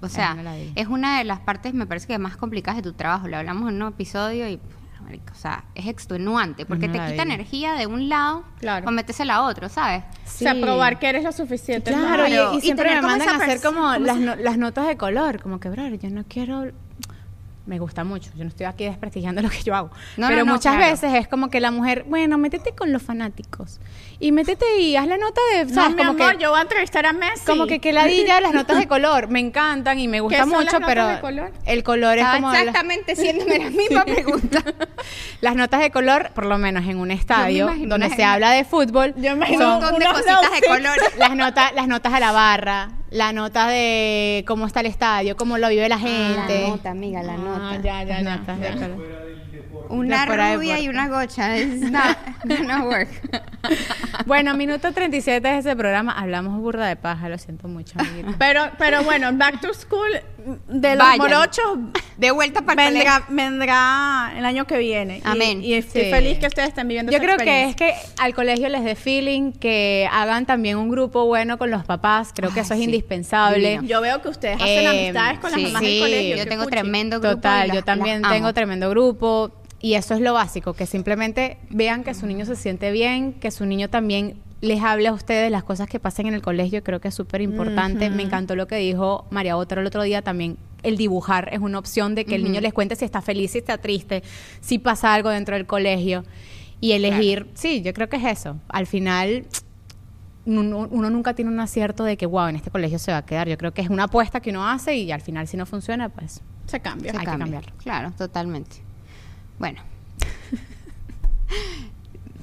S4: es
S5: sea,
S4: una ladilla.
S5: es una de las partes, me parece que más complicadas de tu trabajo. Lo hablamos en un episodio y, pff, marica, o sea, es extenuante porque
S4: Una
S5: te
S4: ladilla.
S5: quita energía de un lado
S4: Claro.
S5: para metérsela a otro, ¿sabes?
S6: O sea, probar que eres lo suficiente.
S4: Claro, y-
S5: Claro.
S4: Y,
S5: Y
S4: siempre
S5: tener
S4: me
S5: como
S4: mandan a
S5: esa
S4: hacer
S5: perso-
S4: como las, no- las notas de color, como que, bro, yo no quiero... Me gusta mucho, yo no estoy aquí desprestigiando lo que yo hago.
S5: No,
S4: pero
S5: no, no,
S4: muchas
S5: claro.
S4: veces es como que la mujer, bueno, métete con los fanáticos. Y métete y haz la nota de...
S6: No,
S4: ¿sabes?
S6: mi
S4: como
S6: amor,
S4: que,
S6: yo voy a entrevistar a Messi.
S4: Como que que ladilla las notas de color. Me encantan y me gusta
S6: son las
S4: mucho,
S6: notas
S4: pero
S6: de color?
S4: el color es
S5: Estaba
S4: como... la-
S5: exactamente haciéndome la misma pregunta.
S4: las notas de color, por lo menos en un estadio
S5: imagino
S4: donde
S5: una-
S4: se habla de fútbol,
S6: Yo
S5: Un
S6: imagino
S4: son
S5: montón de
S6: unos
S5: cositas de
S6: outfits.
S5: colores.
S4: las notas, las notas a la barra, la nota de cómo está el estadio, cómo lo
S6: Ah,
S4: vive la gente.
S5: La nota, amiga, la nota.
S4: ya, ya, ya. color.
S5: Ah, Una
S4: Fuera de
S5: rubia y
S4: puerta.
S5: una gocha. It's not gonna work.
S4: Bueno, minuto 37 de ese programa. Hablamos burda de paja, lo siento mucho, amiguita.
S6: Pero, pero bueno, back to school de los
S5: Vayan.
S6: morochos
S5: De vuelta para el colegio.
S6: vendrá, vendrá el año que viene. Y-
S5: Amén.
S6: Y, estoy
S4: Sí.
S6: feliz que ustedes estén viviendo
S4: Yo
S6: esa
S4: creo que es
S6: experiencia.
S4: que al colegio les dé feeling, que hagan también un grupo bueno con los papás. Creo que
S5: Ay,
S4: eso es
S5: sí.
S4: indispensable.
S5: Divino.
S6: Yo veo que ustedes hacen
S4: Eh,
S6: amistades con
S5: Em, sí,
S6: las mamás
S5: sí.
S6: del colegio.
S5: Yo
S6: qué
S5: tengo
S6: cuchi.
S5: tremendo grupo.
S4: Total,
S5: y las-
S4: yo también
S5: las amo.
S4: tengo tremendo grupo y eso es lo básico, que simplemente vean que su niño se siente bien, que su niño también les hable a ustedes las cosas que pasen en el colegio, creo que es súper importante. Me encantó lo que dijo María Otero el otro día también. El dibujar es una opción de que el niño les cuente si está feliz, si está triste, si pasa algo dentro del colegio y elegir. Sí, yo creo que es eso. Al final, uno, uno nunca tiene un acierto de que, wow, en este colegio se va a quedar. Yo creo que es una apuesta que uno hace y al final, si no funciona, pues
S6: Se cambia.
S5: Se
S4: Hay que
S5: cambia.
S4: cambiarlo.
S5: Claro, totalmente. Bueno.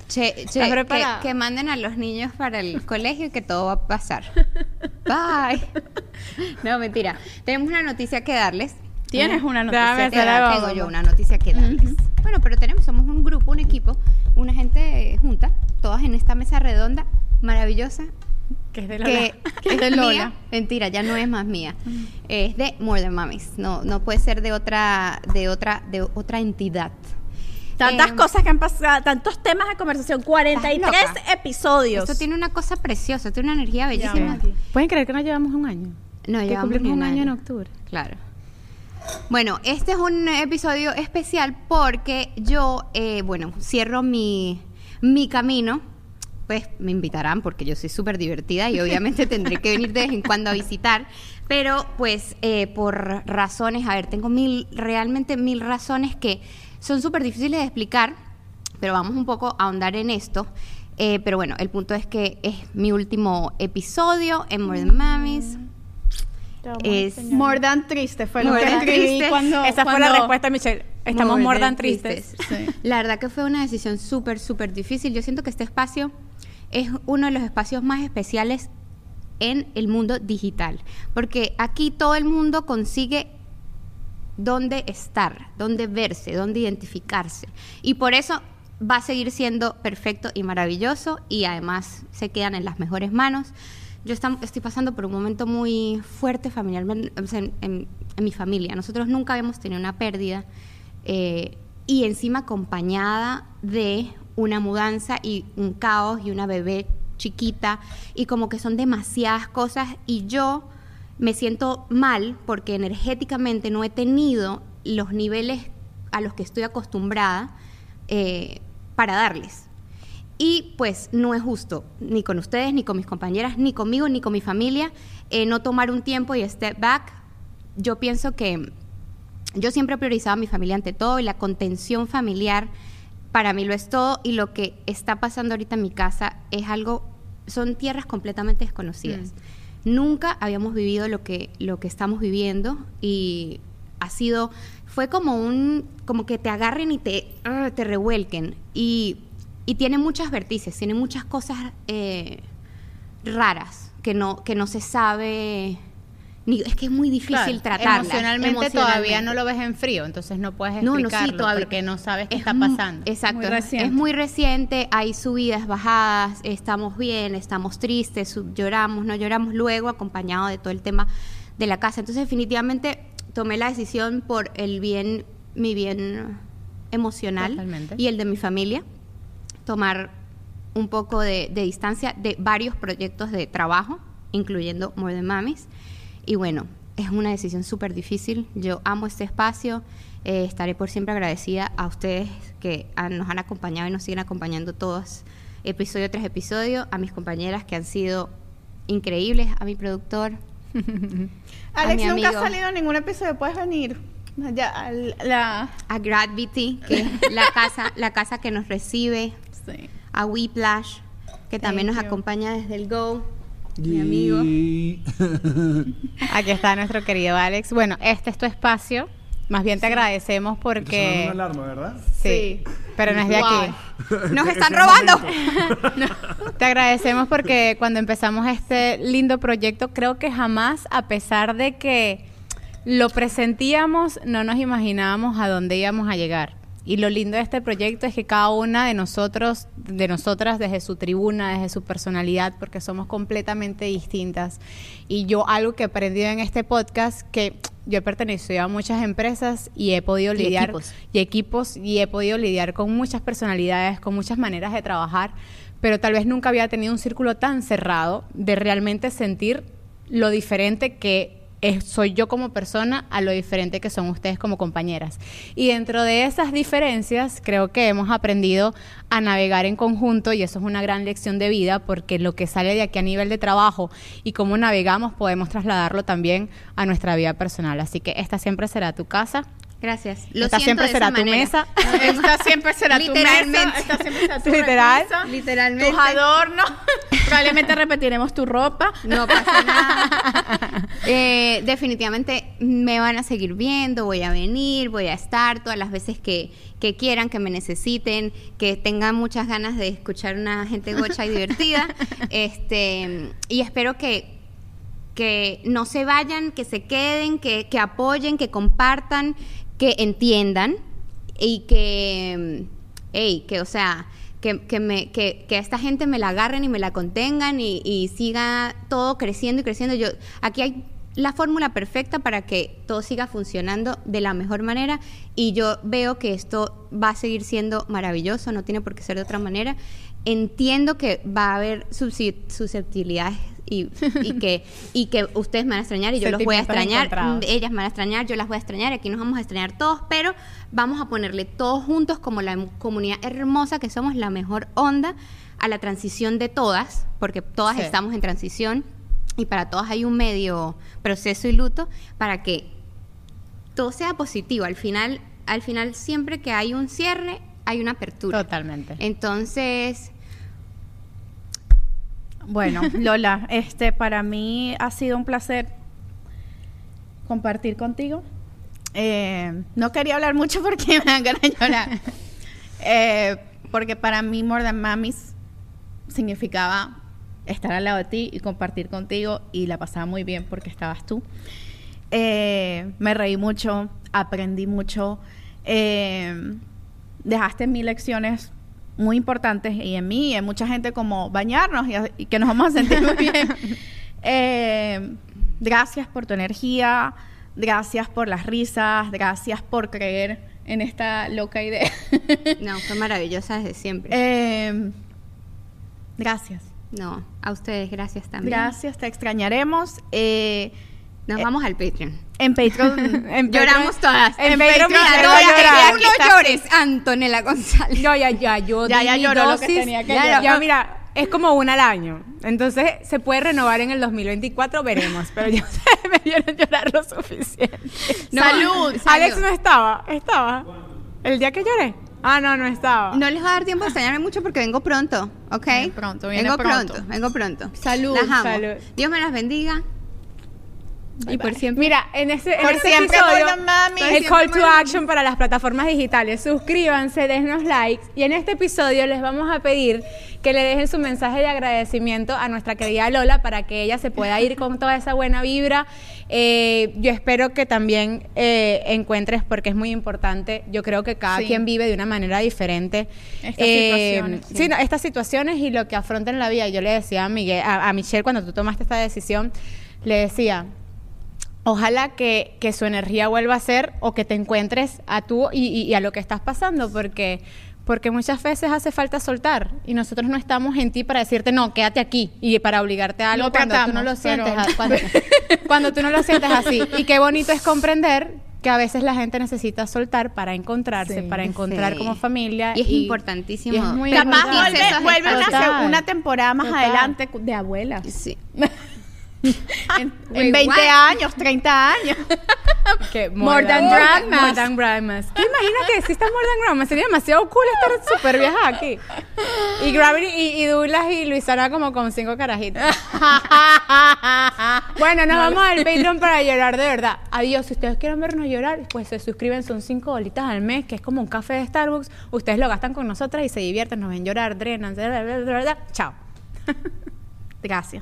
S5: Che, che,
S4: ¿Estás
S5: que,
S4: preparada?
S5: que manden a los niños para el colegio y que todo va a pasar. Bye. No, mentira. Tenemos una noticia que darles.
S6: Tienes una
S4: Dame
S6: noticia.
S4: esa
S5: Te-
S4: la
S5: tengo
S4: bomba.
S5: yo una noticia que darles. Bueno, pero tenemos, somos un grupo, un equipo, una gente junta, todas en esta mesa redonda, maravillosa,
S4: que es de
S5: que es de Lola. Mentira, ya no es más mía. Es de More Than Mamis. No, no puede ser de otra, de otra, de otra entidad.
S6: Tantas
S5: Eh,
S6: cosas que han pasado, tantos temas de conversación, 43
S5: Estás loca.
S6: episodios.
S5: Esto tiene una cosa preciosa, tiene una energía
S6: Ya,
S5: bellísima.
S6: Mati.
S4: Pueden creer que no llevamos un año.
S5: No,
S4: que
S5: llevamos
S4: cumplimos un
S5: ni
S4: año en octubre.
S5: Claro. Bueno, este es un episodio especial porque yo, eh, bueno, cierro mi, mi camino. Pues me invitarán porque yo soy súper divertida y obviamente tendré que venir de vez en cuando a visitar. Pero pues eh, por razones, a ver, tengo mil, realmente mil razones que son súper difíciles de explicar pero vamos un poco a ahondar en esto. Eh, pero bueno, el punto es que es mi último episodio en More Than Mamis. Es
S6: More than triste fue lo
S5: More
S6: que
S5: than
S6: escribí
S5: triste.
S6: cuando.
S4: Esa fue
S6: cuando-
S4: la respuesta, Michelle. Estamos
S5: More
S4: mordan
S5: Than
S4: tristes.
S6: Sí.
S5: La verdad que fue una decisión súper, súper difícil. Yo siento que este espacio es uno de los espacios más especiales en el mundo digital. Porque aquí todo el mundo consigue dónde estar, dónde verse, dónde identificarse. Y por eso va a seguir siendo perfecto y maravilloso y además se quedan en las mejores manos. Yo estam- estoy pasando por un momento muy fuerte familiarmente o sea, en, en- en mi familia. Nosotros nunca habíamos tenido una pérdida eh, y encima acompañada de una mudanza y un caos y una bebé chiquita y como que son demasiadas cosas y yo me siento mal porque energéticamente no he tenido los niveles a los que estoy acostumbrada eh, para darles. Y pues no es justo, ni con ustedes, ni con mis compañeras, ni conmigo, ni con mi familia, eh, no tomar un tiempo y step back. Yo pienso que yo siempre he priorizado a mi familia ante todo y la contención familiar para mí lo es todo y lo que está pasando ahorita en mi casa es algo, son tierras completamente desconocidas. Nunca habíamos vivido lo que, lo que estamos viviendo y ha sido, fue como un, como que te agarren y te, ah, te revuelquen y, y tiene muchas vértices, tiene muchas cosas eh, raras que no, que no se sabe, ni, es que es muy difícil
S4: Claro,
S5: tratarlas.
S4: Emocionalmente, todavía
S5: emocionalmente.
S4: no lo ves en frío, entonces no puedes
S5: No, no, sí,
S4: explicarlo
S5: todavía.
S4: porque no sabes qué
S5: Es
S4: está
S5: mu-
S4: pasando.
S5: Exacto.
S3: Muy
S5: es-
S3: reciente.
S5: Es muy reciente, hay subidas, bajadas, estamos bien, estamos tristes, sub- lloramos, no lloramos luego, acompañado de todo el tema de la casa. Entonces, definitivamente tomé la decisión por el bien, mi bien emocional
S4: Totalmente.
S5: y el de mi familia, tomar un poco de, de distancia de varios proyectos de trabajo, incluyendo More Than Mamis. Y bueno, es una decisión súper difícil. Yo amo este espacio. eh, estaré por siempre agradecida a ustedes que han- nos han acompañado y nos siguen acompañando todos, episodio tras episodio, a mis compañeras que han sido increíbles, a mi productor. a
S6: Alex
S5: mi
S6: nunca ha
S5: amigo.
S6: salido en ningún episodio, puedes venir. Ya, al- la.
S5: A Gravity, que es la casa, la casa que nos recibe,
S6: Sí.
S5: a Whiplash, que también
S6: Thank
S5: nos
S6: you.
S5: acompaña desde el Go, mi amigo.
S4: Aquí está nuestro querido Alex. Bueno, este es tu espacio. Más bien te agradecemos
S8: Porque...
S4: porque...
S8: una alarma, ¿verdad?
S4: Sí, pero no es de
S5: Wow.
S4: aquí.
S5: ¡Nos
S8: Ese
S5: están
S8: es el
S5: robando!
S4: Te agradecemos porque cuando empezamos este lindo proyecto, creo que jamás, a pesar de que lo presentíamos, no nos imaginábamos a dónde íbamos a llegar. Y lo lindo de este proyecto es que cada una de nosotros, de nosotras, desde su tribuna, desde su personalidad, porque somos completamente distintas. Y yo algo que he aprendido en este podcast, que yo he pertenecido a muchas empresas y he podido
S5: Y
S4: lidiar
S5: equipos.
S4: y equipos y he podido lidiar con muchas personalidades, con muchas maneras de trabajar, pero tal vez nunca había tenido un círculo tan cerrado de realmente sentir lo diferente que es- soy yo como persona a lo diferente que son ustedes como compañeras. Y dentro de esas diferencias creo que hemos aprendido a navegar en conjunto y eso es una gran lección de vida porque lo que sale de aquí a nivel de trabajo y cómo navegamos podemos trasladarlo también a nuestra vida personal. Así que esta siempre será tu casa,
S5: Gracias. Lo
S4: Esta
S5: siento
S4: siempre
S5: de
S4: será
S5: esa
S4: tu
S5: manera.
S4: mesa.
S6: Esta siempre será tu mesa.
S5: Literalmente.
S6: Esta siempre será tu
S4: Literal.
S6: repisa,
S5: Literalmente.
S6: Tus adornos. Probablemente repetiremos tu ropa.
S5: No pasa nada. Eh, definitivamente me van a seguir viendo, voy a venir, voy a estar todas las veces que, que quieran, que me necesiten, que tengan muchas ganas de escuchar una gente gocha y divertida. Este, y espero que, que no se vayan, que se queden, que, que apoyen, que compartan, que entiendan y que, mm, ey, que o sea, que, que, me, que, que a esta gente me la agarren y me la contengan y, y siga todo creciendo y creciendo. Yo, aquí hay la fórmula perfecta para que todo siga funcionando de la mejor manera y yo veo que esto va a seguir siendo maravilloso, no tiene por qué ser de otra manera. Entiendo que va a haber subsi- susceptibilidades y, y que, y que ustedes me van a extrañar y yo los voy a
S4: Sentimientos
S5: extrañar,
S4: encontrados.
S5: ellas me van a extrañar, yo las voy a extrañar, aquí nos vamos a extrañar todos, pero vamos a ponerle todos juntos como la em- comunidad hermosa que somos, la mejor onda a la transición de todas, porque todas
S4: Sí.
S5: estamos en transición y para todas hay un medio proceso y luto para que todo sea positivo. Al final, al final siempre que hay un cierre, hay una apertura.
S4: Totalmente.
S5: Entonces,
S6: Bueno, Lola, este para mí ha sido un placer compartir contigo. Eh, no quería hablar mucho porque me dan ganas de llorar. Eh, porque para mí More Than Mamis significaba
S4: estar al lado de ti y compartir contigo y la pasaba muy bien porque estabas tú. Eh, me reí mucho, aprendí mucho, eh, dejaste mil lecciones muy importantes y en mí y en mucha gente como bañarnos y, a- y que nos vamos a sentir muy bien. Eh, gracias por tu energía, gracias por las risas, gracias por creer en esta loca idea.
S5: No, fue maravillosa desde siempre.
S4: Eh, gracias.
S5: no, a ustedes gracias también.
S4: Gracias, te extrañaremos. Eh,
S5: Nos vamos al Patreon.
S4: en Patreon. en
S5: Lloramos todas.
S4: En
S5: Pero
S4: Patreon me
S5: mira,
S4: hicieron
S5: Dora,
S4: llorar.
S5: que tú no llores, Antonella González.
S2: Yo ya, ya, yo
S4: Ya,
S2: di
S4: ya
S2: mi
S4: lloró lo que
S2: dosis.
S4: tenía que
S2: Ya,
S4: llorar.
S2: ya, mira, es como una al año. Entonces, se puede renovar en el 2024, veremos. Pero ya ustedes me vieron llorar lo suficiente.
S5: No,
S2: salud.
S5: salud.
S2: Alex no estaba, estaba. El día que lloré. Ah, no, no estaba.
S5: No les va a dar tiempo de extrañarme mucho porque vengo pronto, ¿ok?
S4: Viene pronto, viene
S5: vengo
S4: pronto.
S5: Vengo pronto.
S2: Salud,
S5: Las amo.
S2: salud.
S5: Dios me las bendiga. y por siempre.
S2: Mira, en ese, en
S4: Por
S2: este
S4: siempre,
S2: episodio,
S4: Morgan Mami,
S2: el
S4: siempre,
S2: call to
S4: Morgan.
S2: action para las plataformas digitales. Suscríbanse, denos likes. Y en este episodio les vamos a pedir que le dejen su mensaje de agradecimiento a nuestra querida Lola para que ella se pueda ir con toda esa buena vibra. Eh, yo espero que también eh, encuentres, porque es muy importante, yo creo que cada
S4: Sí.
S2: quien vive de una manera diferente.
S4: Estas situaciones,
S2: Eh, Sí,
S4: sí.
S2: no, estas situaciones y lo que afronten en la vida. Yo le decía a, Miguel, a, a Michelle cuando tú tomaste esta decisión, le decía... Ojalá que, que su energía vuelva a ser o que te encuentres a tú y, y- y a lo que estás pasando, porque, porque muchas veces hace falta soltar y nosotros no estamos en ti para decirte, no, quédate aquí y para obligarte a algo
S4: No
S2: cuando tú no
S4: tratamos,
S2: lo sientes,
S4: pero-
S2: a- cuando, cuando tú no lo sientes así. Y qué bonito es comprender que a veces la gente necesita soltar para encontrarse, para encontrar
S5: Sí.
S2: como familia.
S5: Y es importantísimo.
S2: y es muy
S5: Capaz
S2: importante.
S5: volver-
S4: vuelve,
S5: Esos
S4: vuelve una,
S2: espacios.
S4: seg- una temporada más
S2: Total.
S4: adelante cu- de abuela.
S5: Sí.
S4: En, en
S5: Wait,
S4: 20
S5: what?
S4: años, 30 años.
S2: Que
S4: More than dramas.
S2: More than dramas. ¿Te imaginas que exista More than dramas? Sería demasiado cool estar súper vieja aquí. Y Gravity y, y Douglas y Luisana como con cinco carajitos. bueno, nos vamos al Patreon para llorar de verdad. Adiós. Si ustedes quieren vernos llorar, pues se suscriben. Son cinco bolitas al mes, que es como un café de Starbucks. Ustedes lo gastan con nosotras y se divierten, nos ven llorar, drenan, de verdad. Chao.
S4: Gracias.